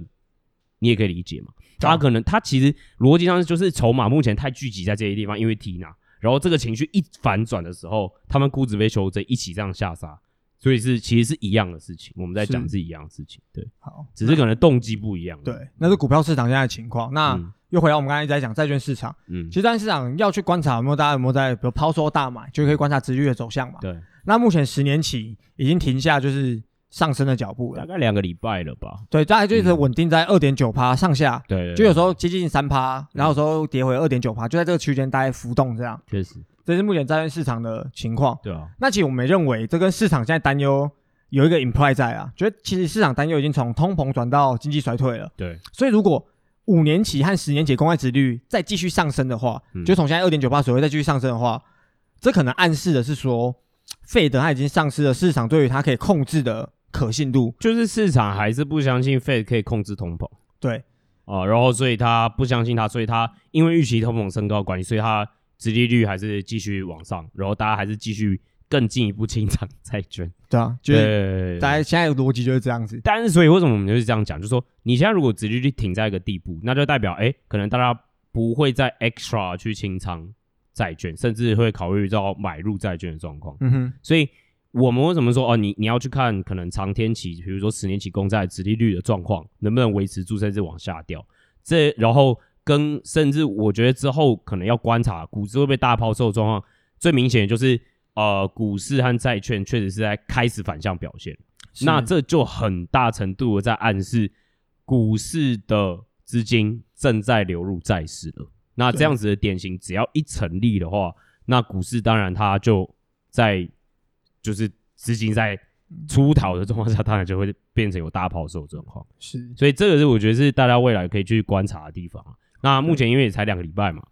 A: 你也可以理解嘛。
B: 对啊
A: 他可能他其实逻辑上就是筹码目前太聚集在这些地方，因为 Tina，然后这个情绪一反转的时候，他们估值被修正，一起这样下杀，所以是其实是一样的事情。我们在
B: 是
A: 讲是一样的事情，对，
B: 好，
A: 只是可能动机不一样。
B: 对，那是股票市场现在的情况。那、
A: 嗯
B: 又回到我们刚才一直在讲债券市场，
A: 嗯
B: 其，实债券市场要去观察有没有大家有没有在，比如抛售大买，就可以观察殖利率的走向嘛。
A: 对，
B: 那目前十年期已经停下就是上升的脚步
A: 大
B: 了，
A: 概两个礼拜了吧。
B: 对，大概就是稳定在二点九趴上下，
A: 对嗯对嗯
B: 就有时
A: 候
B: 候接近三趴，然后有时候跌回二点九趴，就在这个区间大概浮动这样。
A: 确实，
B: 这是目前债券市场的情况。
A: 对啊，
B: 那其实我们也认为，这跟市场现在担忧有一个 imply 在啊，觉得其实市场担忧已经从通膨转到经济衰退了。
A: 对，
B: 所以如果五年期和十年期公开值率再继续上升的话，
A: 嗯
B: 就从现在二点九八左右再继续上升的话，这可能暗示的是说，费德它已经丧失了市场对于它可以控制的可信度。
A: 就是市场还是不相信 Fed 可以控制通膨。
B: 对，
A: 哦，然后所以他不相信他，所以他因为预期通膨升高的关系，所以他殖利率还是继续往上，然后大家还是继续更进一步清偿债券， (laughs)
B: 对啊，就是
A: 对，
B: 大家现在的逻辑就是这样子。
A: 但是所以为什么我们就是这样讲，就是说你现在如果殖利率停在一个地步，那就代表哎，诶可能大家不会再 extra 去清偿债券，甚至会考虑到买入债券的状况，
B: 嗯哼，
A: 所以。我们为什么说哦，你你要去看可能长天期，比如说十年期公债殖利率的状况能不能维持住，甚至往下掉？这然后跟甚至我觉得之后可能要观察股市会被大抛售的状况，最明显的就是呃，股市和债券确实是在开始反向表现，
B: 是
A: 那这就很大程度的在暗示股市的资金正在流入债市了。那
B: 对
A: 这样子的典型，只要一成立的话，那股市当然它就在就是资金在出逃的状况下，当然就会变成有大抛售的状况。
B: 是
A: 所以这个是我觉得是大家未来可以去观察的地方啊。那目前因为也才两个礼拜嘛，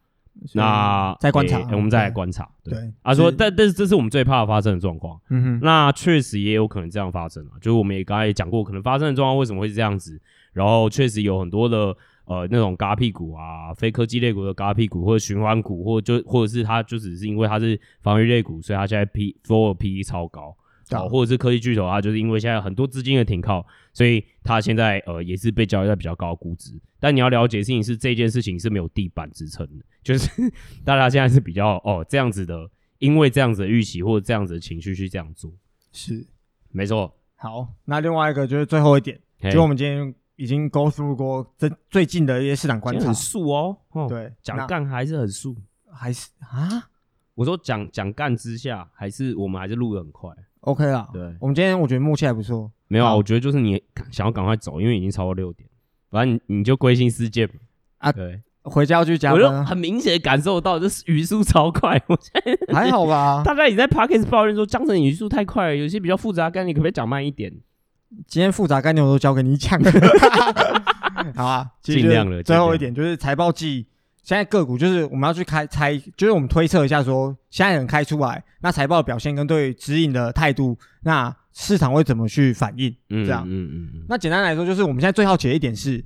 A: 那
B: 再观察
A: 诶诶我们再来
B: 对
A: 观察。对，
B: 对
A: 他说，
B: 是
A: 但但是这是我们最怕发生的状况。
B: 嗯哼，
A: 那确实也有可能这样发生啊，就是我们也刚才也讲过，可能发生的状况为什么会是这样子，然后确实有很多的呃那种嘎屁股啊，非科技类股的嘎屁股，或者循环股，或者就或者是它就只是因为它是防御类股，所以它现在 P floor P E 超高。
B: 对啊
A: 哦，或者是科技巨头啊，就是因为现在很多资金的停靠，所以它现在呃也是被交易在比较高的估值。但你要了解的事情是，这件事情是没有地板支撑的，就是 (laughs) 大家现在是比较哦这样子的，因为这样子的预期或者这样子的情绪去这样做。
B: 是
A: 没错，
B: 好。那另外一个就是最后一点，
A: 嘿
B: 就我们今天已经 go through 过这最近的一些市场观
A: 今天
B: 察
A: 很，素哦，哦，
B: 对，
A: 讲
B: 那
A: 干还是很素。
B: 还是啊。
A: 我说讲讲干之下，还是我们还是录的很快。
B: OK 啦，
A: 对
B: 我们今天我觉得默契还不错，
A: 没有啊，
B: 好
A: 我觉得就是你想要赶快走，因为已经超过六点，反正你你就归心似箭嘛。
B: 啊
A: 对，
B: 回家要去加
A: 我就
B: 班啊，
A: 很明显地感受到这语速超快。
B: 哦
A: 我现在
B: 还好
A: (laughs)
B: 吧？
A: 大家也在 p o d c a s t 抱怨说江辰语速太快了，有些比较复杂，干你可不可以讲慢一点？
B: (laughs) 今天复杂概念我都交给你讲，
A: (laughs)
B: 好啊，其实
A: 尽量了
B: 最后一
A: 尽
B: 点就是财报季，现在个股就是我们要去开猜，就是我们推测一下说，现在人开出来，那财报的表现跟对指引的态度，那市场会怎么去反应？
A: 嗯
B: 这样
A: 嗯嗯嗯，
B: 那简单来说，就是我们现在最好奇的一点是，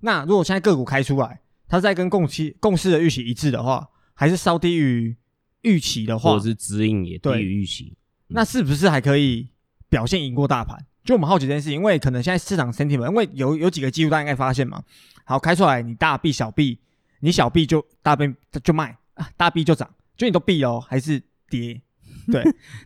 B: 那如果现在个股开出来，它是在跟共期共识的预期一致的话，还是稍低于预期的话，
A: 或者是指引也低
B: 对
A: 于预期。
B: 那是不是还可以表现赢过大盘？就我们好奇这件事情，因为可能现在市场 sentiment，因为有有几个季度大家应该发现嘛，好开出来你大币小币，你小币就大币就卖啊，大币就涨，就你都币哦还是跌？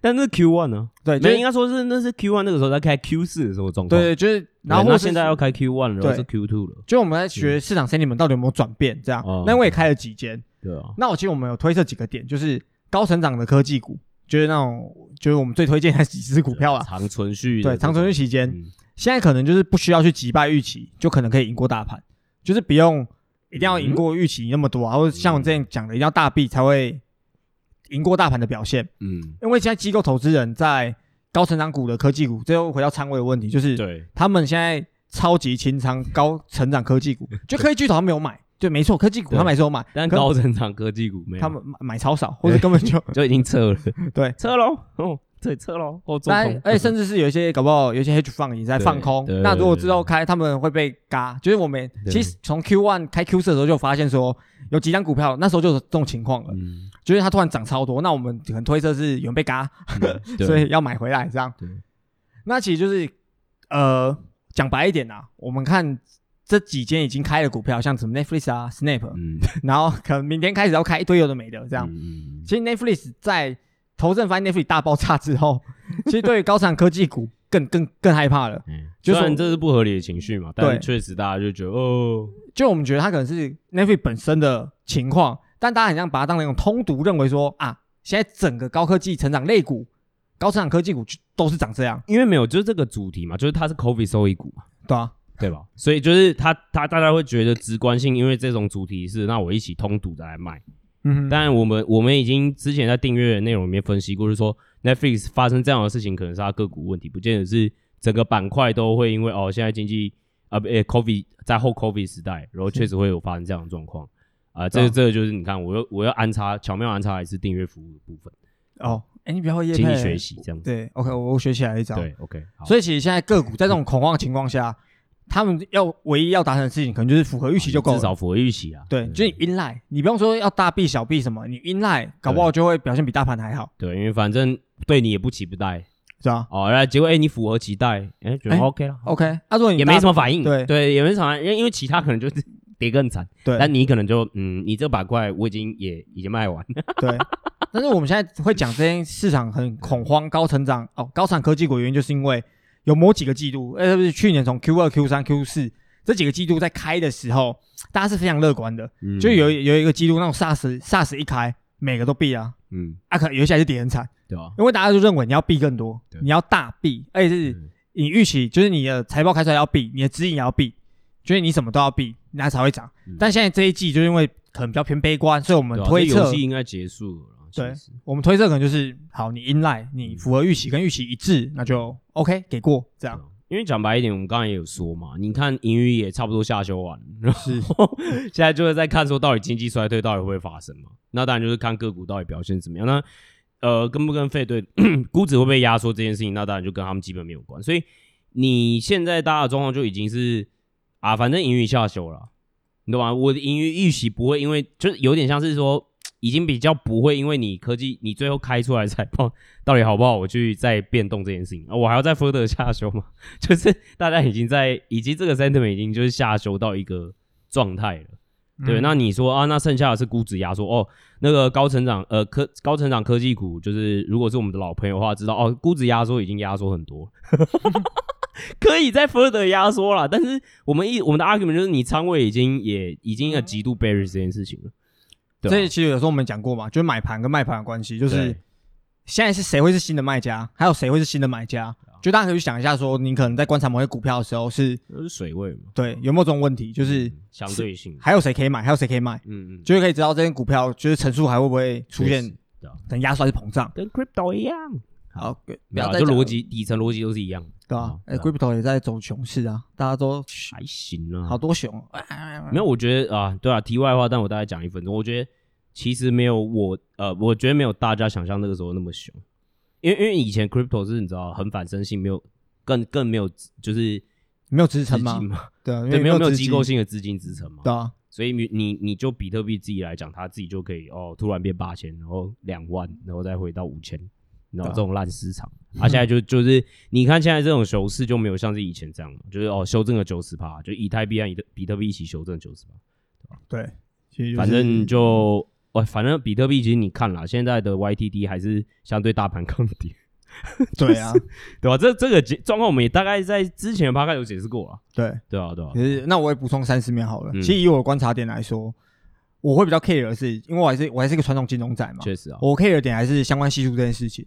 A: 但是 Q one 呢？ (laughs)
B: 对，就
A: 没
B: 是
A: 有，应该说是那是 Q one 那个时候在开 Q 四的时候的状况。
B: 对对，就是然后
A: 对那
B: 或是
A: 现在要开 Q one 然后
B: 对
A: 是 Q two 了，
B: 就我们在学市场 sentiment 到底有没有转变这样
A: 哦。
B: 那我也开了几间，
A: 对啊，
B: 那我其实我们有推测几个点，就是高成长的科技股，就是那种就是我们最推荐的几只股票啦。啊
A: 长存续的
B: 对，长存续期间，
A: 嗯
B: 现在可能就是不需要去击败预期，就可能可以赢过大盘，就是不用一定要赢过预期那么多啊，或者像我之前讲的，一定要大币才会赢过大盘的表现。
A: 嗯
B: 因为现在机构投资人在高成长股的科技股，最后回到仓位的问题，就是
A: 对，
B: 他们现在超级清仓高成长科技股，就科技巨头他没有买，对，没错，科技股
A: 对
B: 他们还是有买，
A: 但
B: 可
A: 高成长科技股没有，
B: 他们买买超少，或者根本就
A: 就已经撤了，
B: 对
A: 撤喽，哦，对，撤喽，哦，做
B: (laughs) 但
A: 空，
B: 而且哎甚至是有一些搞不好有一些 hedge fund 也在放空
A: 对对。
B: 那如果之后开，他们会被嘎。就是我们
A: 对
B: 其实从 Q one 开 Q 四的时候就发现说，有几张股票那时候就有这种情况了，
A: 嗯，
B: 就是它突然涨超多，那我们很推测是有人被嘎， (laughs)
A: 嗯
B: 所
A: 对
B: 以要买回来这样
A: 对。
B: 那其实就是呃讲白一点呐、我们看这几间已经开的股票，像什么 Netflix 啊、Snap，
A: 嗯，
B: 然后可能明天开始要开一堆有的没的这
A: 这
B: 样。
A: 嗯
B: 其实 Netflix 在投资人发现 Netflix 大爆炸之后，其实对于高产科技股更更更害怕了。
A: 嗯
B: 就
A: 虽
B: 是
A: 然
B: 我
A: 这是不合理的情绪嘛，但
B: 对
A: 确实大家就觉得哦，
B: 就我们觉得它可能是 Netflix 本身的情况，但大家很像把它当成一种通读，认为说啊，现在整个高科技成长类股、高成长科技股就都是长这样，
A: 因为没有，就是这个主题嘛，就是它是 COVID 收益
B: (laughs)
A: 股嘛，
B: 对啊，
A: 对吧？所以就是它它大家会觉得直观性，因为这种主题是那我一起通读的来买。
B: 嗯
A: 当然，我们我们已经之前在订阅的内容里面分析过，就是说 Netflix 发生这样的事情，可能是它个股问题，不见得是整个板块都会因为哦，现在经济啊，呃、，COVID 在后 COVID 时代，然后确实会有发生这样的状况啊、
B: 对
A: 这
B: 啊
A: 这个就是你看，我又我要安插巧妙安插一次订阅服务的部分，
B: 哦，哎，你比较会业
A: 请
B: 配
A: 你学习这样子。
B: 对，OK，我我学起来一招。
A: 对，OK，好，
B: 所以其实现在个股在这种恐慌的情况下，他们要唯一要达成的事情，可能就是符合预期就够了
A: 至。少符合预期啊。
B: 对，就是你依赖，你不用说要大币小币什么，你依赖，搞不好就会表现比大盘还好，
A: 对，因为反正对你也不期不待
B: 是吧
A: 哦，然后结果哎、你符合期待，哎、觉得
B: 哎
A: OK 了，
B: ？OK，那、如果你
A: 也没什
B: 么
A: 么反应，
B: 对
A: 对，也没什么反应，因为因为其他可能就是 (laughs) 跌更惨，
B: 对
A: 但你可能就嗯，你这个板块我已经也已经卖完，
B: 对， (laughs) 但是我们现在会讲这些市场很恐慌、高成长哦，高产科技股的原因就是因为有某几个季度，呃，不是去年从 Q 二、Q 三、Q 四这几个季度在开的时候，大家是非常乐观的，
A: 嗯
B: 就有有一个季度那种 SARS SARS 一开，每个都避啊，
A: 嗯，
B: 啊，可能有一些还是跌很惨，
A: 对啊吧？
B: 因为大家就认为你要避更多
A: 对，
B: 你要大避，而且是
A: 嗯
B: 你预期就是你的财报开出来要避，你的指引也要避，就是你什么都要避，那才会涨。
A: 嗯
B: 但现在这一季就因为可能比较偏悲观，所以我们
A: 对啊
B: 推
A: 这游
B: 测，
A: 戏应该结束了啦，其
B: 对
A: 实
B: 我们推测可能就是好，你 in line，你符合预期跟预期一致，那就 OK 给过这样。
A: 因为讲白一点，我们刚才也有说嘛，你看盈余也差不多下修完了，然后现在就是在看说到底经济衰退到底会不会发生嘛？那当然就是看个股到底表现怎么样。那呃，跟不跟费对 (coughs) 估值会不会压缩这件事情，那当然就跟他们基本面有关。所以你现在大家的状况就已经是啊，反正盈余下修了，你懂吗？我的盈余预期不会因为就是有点像是说。已经比较不会因为你科技你最后开出来的财报到底好不好，我去再变动这件事情啊，我还要再 further 下修嘛？ (laughs) 就是大家已经在，以及这个 sentiment 已经就是下修到一个状态了。对，
B: 嗯
A: 那你说啊，那剩下的是估值压缩哦，那个高成长呃科高成长科技股，就是如果是我们的老朋友的话，知道哦，估值压缩已经压缩很多， (laughs) 可以再 further 压缩了。但是我们一我们的 argument 就是你仓位已经也已经很
B: 嗯
A: 极度 bearish 这件事情了，对吧啊
B: 所以其实有时候我们讲过嘛，就是买盘跟卖盘的关系，就是
A: 对
B: 现在是谁会是新的卖家，还有谁会是新的买家，
A: 啊
B: 就大家可以去想一下，说你可能在观察某些股票的时候是，
A: 就是水位嘛，
B: 对有没有这种问题，就是
A: 嗯相对性，
B: 还有谁可以买，还有谁可以卖。
A: 嗯嗯，
B: 就是可以知道这些股票就是层数还会不会出
A: 确实
B: 现
A: 对啊
B: 等压缩还是膨胀。
A: 跟 crypto 一样，
B: 好，不
A: 没有
B: 要
A: 啊
B: 再
A: 就
B: 讲
A: 逻
B: 了
A: 辑底层逻辑都是一样，
B: 对啊
A: 好，对
B: 哎
A: 啊
B: ，crypto 也在走熊市啊，大家都
A: 还行啊，
B: 好多熊哦，
A: 没有，我觉得啊，对啊，题外话，但我大概讲一分钟。我觉得其实没有我，呃，我觉得没有大家想象那个时候那么凶，因为因为以前 crypto 是你知道很反身性，没有更更没有就是
B: 没有支
A: 资
B: 撑嘛
A: 金，嘛，(laughs)
B: 对啊，因为
A: 对，没有没有
B: 资
A: 机
B: 金
A: 构，性的资金支撑嘛，
B: 对啊，
A: 所以你你你就比特币自己来讲，它自己就可以哦，突然变八千，然后两万，然后再回到五千，然后
B: 对啊
A: 这种烂市场，啊，
B: 嗯
A: 现在就就是你看现在这种熊市就没有像是以前这样了，就是哦修正了九十趴，就以太币和以特比特币一起修正九十趴。
B: 对，其实就是
A: 反正就哦，反正比特币其实你看啦，现在的 YTD 还是相对大盘抗跌，
B: 对啊，
A: (laughs) 对吧、这这个结状况我们也大概在之前的 p 开有解释过了，
B: 对。
A: (laughs) 对啊，对啊
B: 可，是那我也补充三十秒好了。
A: 嗯
B: 其实以我的观察点来说，我会比较 care 的是，因为我还是我还是一个传统金融仔嘛，
A: 确实啊，
B: 我 care 的点还是相关系数这件事情，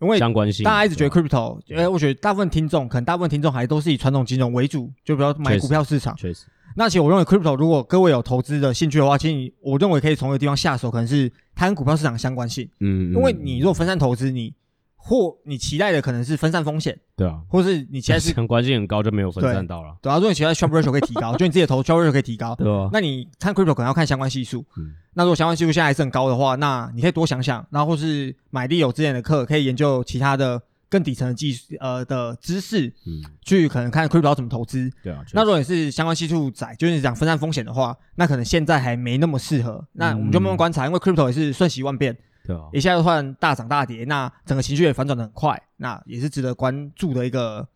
B: 因为
A: 相关性
B: 大家一直觉得
A: 对啊
B: crypto，呃，我觉得大部分听众可能大部分听众还都是以传统金融为主，就比较买
A: 确实
B: 股票市场。
A: 确实
B: 那其实我认为 crypto，如果各位有投资的兴趣的话，其实你我认为可以从一个地方下手，可能是它跟股票市场的相关性，
A: 嗯，嗯，
B: 因为你如果分散投资，你或你期待的可能是分散风险，
A: 对啊，
B: 或是你期
A: (laughs)
B: 待是
A: 像关系很高就没有分散到了，
B: 对啊，如果你期待 sharp ratio 可以提高，就你自己的投 sharp ratio 可以提高，
A: 对吧？
B: 那你看 crypto 可能要看相关系数。
A: 哦嗯
B: 那如果相关系数现在还是很高的话，那你可以多想想，然后或是买力友之前的课，可以研究其他的更底层的技术呃的知识，
A: 嗯，
B: 去可能看 crypto 要怎么投资。
A: 对啊，确实
B: 那如果你是相关系数窄，就是你讲分散风险的话，那可能现在还没那么适合。那我们就
A: 嗯
B: 慢慢观察，因为 crypto 也是瞬息万变，
A: 对啊，
B: 一下就换大涨大跌，那整个情绪也反转的很快，那也是值得关注的一个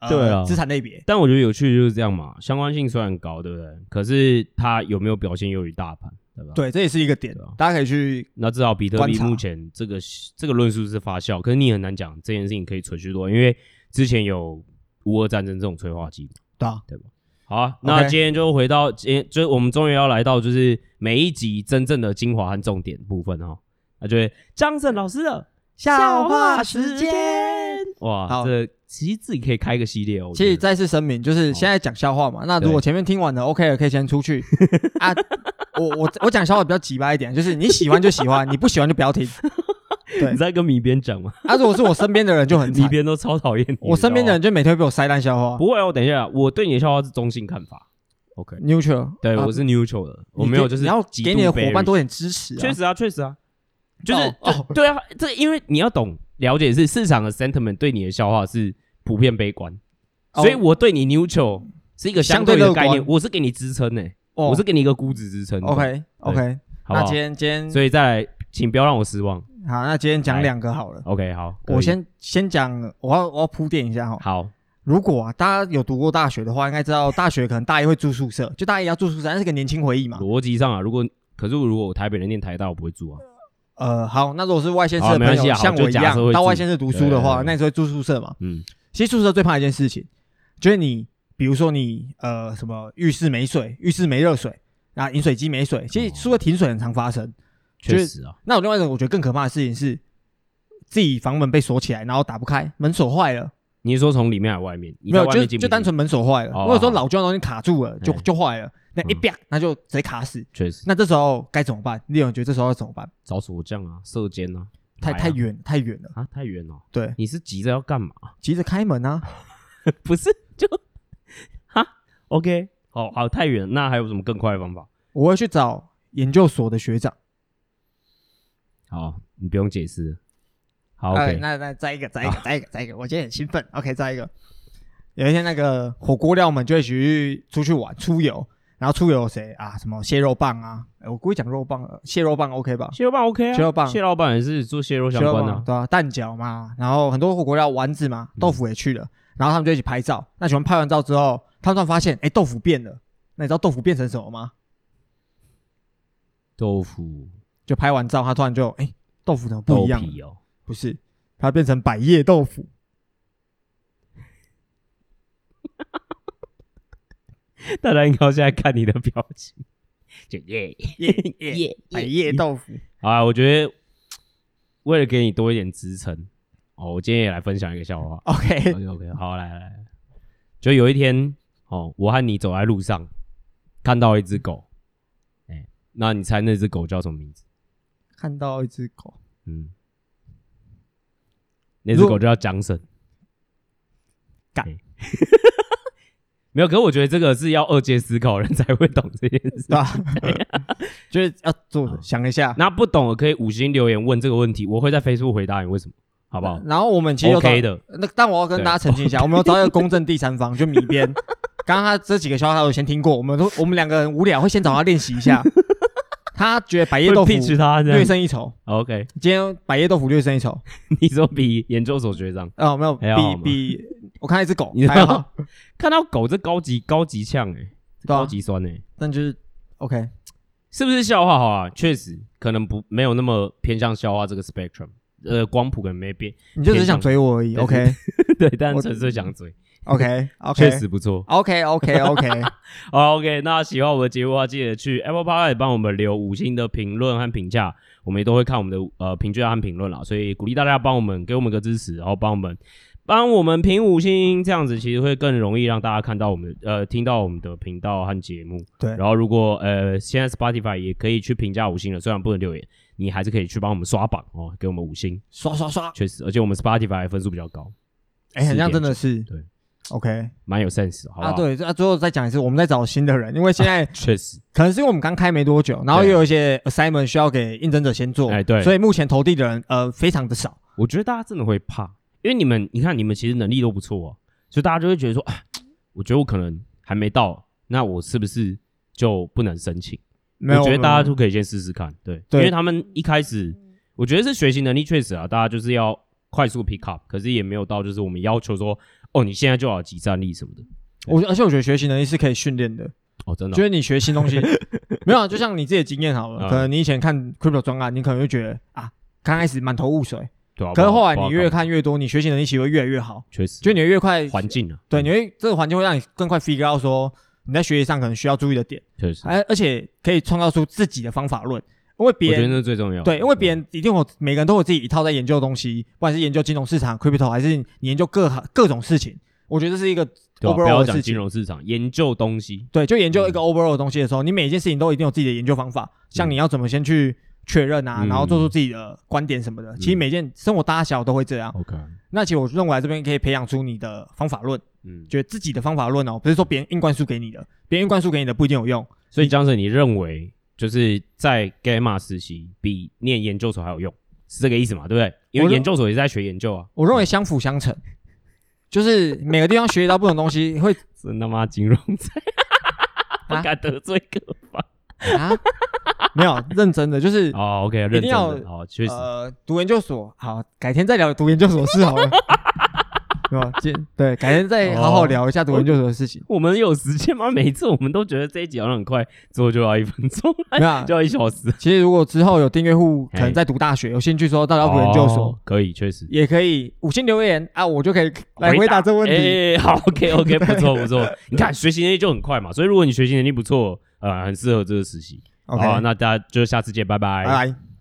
B: 呃
A: 对啊
B: 资产类别。
A: 但我觉得有趣的就是这样嘛，相关性虽然高，对不对？可是它有没有表现优于大盘，对吧？。
B: 对，这也是一个点
A: 对啊，
B: 大家可以去
A: 那至少比特
B: 观
A: 币
B: 察
A: 目前这个这个论述是发酵，可是你很难讲这件事情可以持续多久，因为之前有乌俄战争这种催化剂嘛。
B: 对啊，
A: 好啊、那
B: OK
A: 今天就回到今天，就我们终于要来到就是每一集真正的精华和重点部分哦，那就是张震老师的
B: 笑话
A: 时
B: 时
A: 间
B: 间。
A: 哇，
B: 好
A: 这其实自己可以开个系列哦。我觉
B: 其
A: 得哦
B: 实再次声明，就是现在讲笑话嘛，那如果前面听完了 OK 了，可以先出
A: (laughs)
B: 去啊。我我我讲笑话比较急巴一点，就是你喜欢就喜
A: (laughs)
B: 欢，你不喜欢就不要听。对
A: 你，在跟米边讲
B: (laughs)
A: 吗？
B: 啊，如果是我身边的人就很
A: 米
B: 惨，
A: 边都超讨厌你。
B: 我身边的人
A: 你
B: 就每天会被我塞烂笑话
A: 知道吗。不会哦，等一下，我对你的笑话是中性看法。OK，
B: neutral，
A: 对、
B: 啊
A: 我是 neutral 的，我没有就是
B: 你要
A: 极
B: 给
A: 度
B: 你的伙
A: bearish
B: 伴多点支持啊。
A: 确实啊，确实啊，就是、
B: 哦
A: 就
B: 哦
A: 对啊，这因为你要懂了解是市场的 sentiment 对你的笑话是普遍悲观，
B: 哦
A: 所以我对你 neutral 是一个相对
B: 相对
A: 的
B: 乐观
A: 概念，我是给你支撑呢、
B: 哦，
A: 我是给你一个估值支撑。
B: OK OK，
A: 好不
B: 那
A: 好
B: 今？天今天
A: 所以再来，请不要让我失望。
B: 好，那今天
A: 来
B: 讲两个好了。
A: OK，好，可以
B: 我先先讲，我要我要铺垫一下哈。
A: 好，
B: 如果啊，大家有读过大学的话，应该知道大学可能大一会住宿舍，就大一要住宿舍，那是个年轻回忆嘛。
A: 逻辑上啊，如果可是如果我台北人念台大，我不会住啊。
B: 呃，好，那如果是外县市
A: 好
B: 的
A: 没
B: 朋
A: 关系
B: 友，
A: 啊
B: 像
A: 就
B: 我一
A: 假设
B: 样
A: 会
B: 到外
A: 住
B: 县市读书的
A: 对对
B: 话，
A: 对
B: 那你是会住宿舍嘛？
A: 嗯，
B: 其实宿舍最怕一件事情，就是你比如说你呃什么浴室没水，浴室没热水，啊饮水机没水，
A: 哦
B: 其实宿舍停水很常发生。就
A: 确
B: 是
A: 实啊，
B: 那有另外一种我觉得更可怕的事情是，自己房门被锁起来，然后打不开，门锁坏了，
A: 你是说从里面还是外面？你在
B: 没有
A: 外
B: 就
A: 面进不
B: 就单
A: 进
B: 纯门锁坏了。
A: 哦
B: 我有时候老旧的东西卡住了，就
A: 嗯
B: 就坏了，那一
A: 嗯
B: 哎啪那就直接卡死。
A: 确实
B: 那这时候该怎么办？你有觉得这时候要怎么办？
A: 找锁匠啊，射箭啊，
B: 太
A: 来啊
B: 太远太远了，
A: 啊，太远了。
B: 对，
A: 你是急着要干嘛？
B: 急着开门啊。
A: 不是就 (laughs) 哈？OK，好好太远了，那还有什么更快的方法？
B: 我会去找研究所的学长。
A: 好，你不用解释。好
B: 哎
A: ，OK，啊
B: 那那再一个，再一个，再一个，再一个，我今天很兴奋。OK，再一个，有一天那个火锅料们就一起去出去玩出游，然后出游有谁啊？什么蟹肉棒啊？哎我故意讲肉棒，呃蟹肉棒 OK 吧？
A: 蟹肉棒 OK 啊，
B: 蟹肉棒
A: 蟹肉棒也是做蟹肉相
B: 蟹肉
A: 关嗯
B: 棒
A: 的
B: 啊
A: 啊。
B: 对啊，蛋饺嘛，然后很多火锅料丸子嘛，豆腐也去了，然后他们就一起拍照。那喜欢拍完照之后，他们突然发现，哎，豆腐变了。那你知道豆腐变成什么吗？
A: 豆腐
B: 就拍完照，他突然就哎，豆腐怎么不
A: 豆
B: 一样了？
A: 皮哦，
B: 不是，它变成百叶豆腐。
A: 大家应该要现在看你的表 (laughs) 情，就耶
B: 耶耶，
A: 耶
B: 百叶豆腐。
A: 啊！我觉得为了给你多一点支撑，哦，我今天也来分享一个笑话。
B: OK，
A: OK OK，好，来来来，就有一天哦，我和你走在路上，看到一只狗，哎、那你猜那只狗叫什么名字？
B: 看到一只狗，
A: 嗯，那只狗就叫江森。
B: 干
A: 哎 (laughs) 没有，可是我觉得这个是要二阶思考的人才会懂这件事。 (laughs)
B: 对吧、啊就是要做
A: 好
B: 想一下，
A: 那不懂的可以五星留言问这个问题，我会在 Facebook 回答你为什么，好不好
B: 然后我们其实有找
A: ？OK 的，
B: 那但我要跟大家澄清一
A: (laughs)
B: 下，我们有找一个公正第三方，就米边。刚刚他这几个笑话他都先听过，我们都我们两个人无聊会先找他练习
A: (laughs)
B: 一下。他觉得百叶豆腐
A: 会 pitch 他这
B: 略
A: 样。
B: 胜一筹， (laughs)
A: OK，
B: 今天百叶豆腐略胜一筹。
A: 你说比研究所学长
B: 哦，没有，
A: 还哎好
B: 比
A: 吗
B: 比我看到一只狗
A: 你知道
B: 还好，
A: 看到狗这高级高级呛哎、
B: 对
A: 高
B: 啊，
A: 级酸哎、
B: 但就是 OK，
A: 是不是笑话好啊？确实，可能不没有那么偏向笑话这个 spectrum，呃，光谱可能没变， (laughs)
B: 你就只是想追我而已。
A: 偏向
B: OK
A: 对，但
B: 我
A: 纯粹想嘴，
B: OK
A: 确
B: OK
A: 实不错。
B: OK
A: (laughs)
B: OK OK，
A: 好，OK，那喜欢我们的节目的话，记得去 Apple Podcast 帮我们留五星的评论和评价，我们也都会看我们的呃评价和评论啦，所以鼓励大家帮我们给我们个支持，然后帮我们帮我们评五星，这样子其实会更容易让大家看到我们的呃听到我们的频道和节目。
B: 对
A: 然后如果呃现在 Spotify 也可以去评价五星了，虽然不能留言，你还是可以去帮我们刷榜哦，给我们五星，
B: 刷刷刷，
A: 确实，而且我们 Spotify 分数比较高，
B: 哎，很像真的是
A: 对
B: ，OK
A: 蛮有 sense，好不好？
B: 啊，，对，那最后再讲一次，我们在找新的人，因为现
A: (laughs)
B: 在
A: 确实，
B: 可能是因为我们刚开没多久，然后
A: 对
B: 又有一些 assignment 需要给应征者先做，
A: 哎对
B: 所以目前投递的人呃非常的少，
A: 我觉得大家真的会怕，因为你们，你看你们其实能力都不错、啊，所以大家就会觉得说，啊，我觉得我可能还没到，那我是不是就不能申请？
B: 没有，
A: 我觉得大家
B: 没有
A: 都可以先试试看，对，
B: 对
A: 因为他们一开始，我觉得是学习能力确实啊，大家就是要快速 pick up，可是也没有到就是我们要求说，哦，你现在就要有集战力什么的，
B: 我而且我觉得学习能力是可以训练的，
A: 哦，真的哦、
B: 就是你学
A: (laughs)
B: 新东西，没有啊，就像你自己的经验好了，
A: 嗯
B: 可能你以前看 crypto 专案，你可能会觉得啊，刚开始满头雾水，
A: 对啊，
B: 可是后来
A: 不好
B: 你越看越多，你学习能力其实会越来越好，
A: 确实，
B: 就你会越快，
A: 环境啊，
B: 对，你会这个环境会让你更快 figure out 说你在学习上可能需要注意的点，
A: 确实，
B: 而而且可以创造出自己的方法论，因为哎别
A: 我觉得
B: 人
A: 那是嗯最重要的，啊
B: 对，因为别人一定有每个人都有自己一套在研究的东西，不管是研究金融市场、crypto，还是你研究各行各种事情，我觉得这是一个
A: 对啊、不
B: overall
A: 要
B: 的事
A: 讲金
B: 情。
A: 融市场，研究东西，
B: 对，就研究一
A: 嗯
B: 个 overall 的东西的时候，你每一件事情都一定有自己的研究方法，像
A: 嗯
B: 你要怎么先去确认啊，
A: 嗯
B: 然后做出自己的观点什么的。其实每件生活大小都会这样。
A: ，OK，
B: 那其实我认为这边可以培养出你的方法论，
A: 嗯，
B: 觉得自己的方法论哦，不是说别人硬灌输给你的，别人硬灌输给你的不一定有用。
A: 所以江 n 你认为就是在 Gamma 实习比念研究所还有用，是这个意思嘛？对不对？因
B: 我
A: 为
B: 认
A: 研究所也是在学研究啊，
B: 我认为相辅相成，就是每个地方学习到不同的东西会
A: 真他妈金融 (laughs) 在，
B: 啊
A: 不敢得罪各方。
B: 啊，没有认真的，就是
A: 哦，OK，认
B: 定
A: 真
B: 要
A: 的，哦，确实，
B: 呃，读研究所，好，改天再聊读研究所的事好了。对吧？今对，改天再好
A: 哦
B: 好聊一下读研究所的事情。
A: 我们有时间吗？ (laughs) 每一次我们都觉得这一集好像很快，之后就要一分
B: (laughs)
A: 钟，
B: 没有啊
A: 哎就，要一小时。
B: 其实如果之后有订阅户
A: 嘿
B: 可能在读大学，有兴趣说到底要读研究所
A: 哦，可以，确实
B: 也可以五星留言啊，我就可以来回答这个问题。
A: 哎，好，OK，OK，不
B: (laughs)
A: 错不错。你看学习能力就很快嘛，所以如果你学习能力不错，呃，很适合这个实习。好
B: OK，
A: 那大家就下次见，拜拜
B: 拜。拜。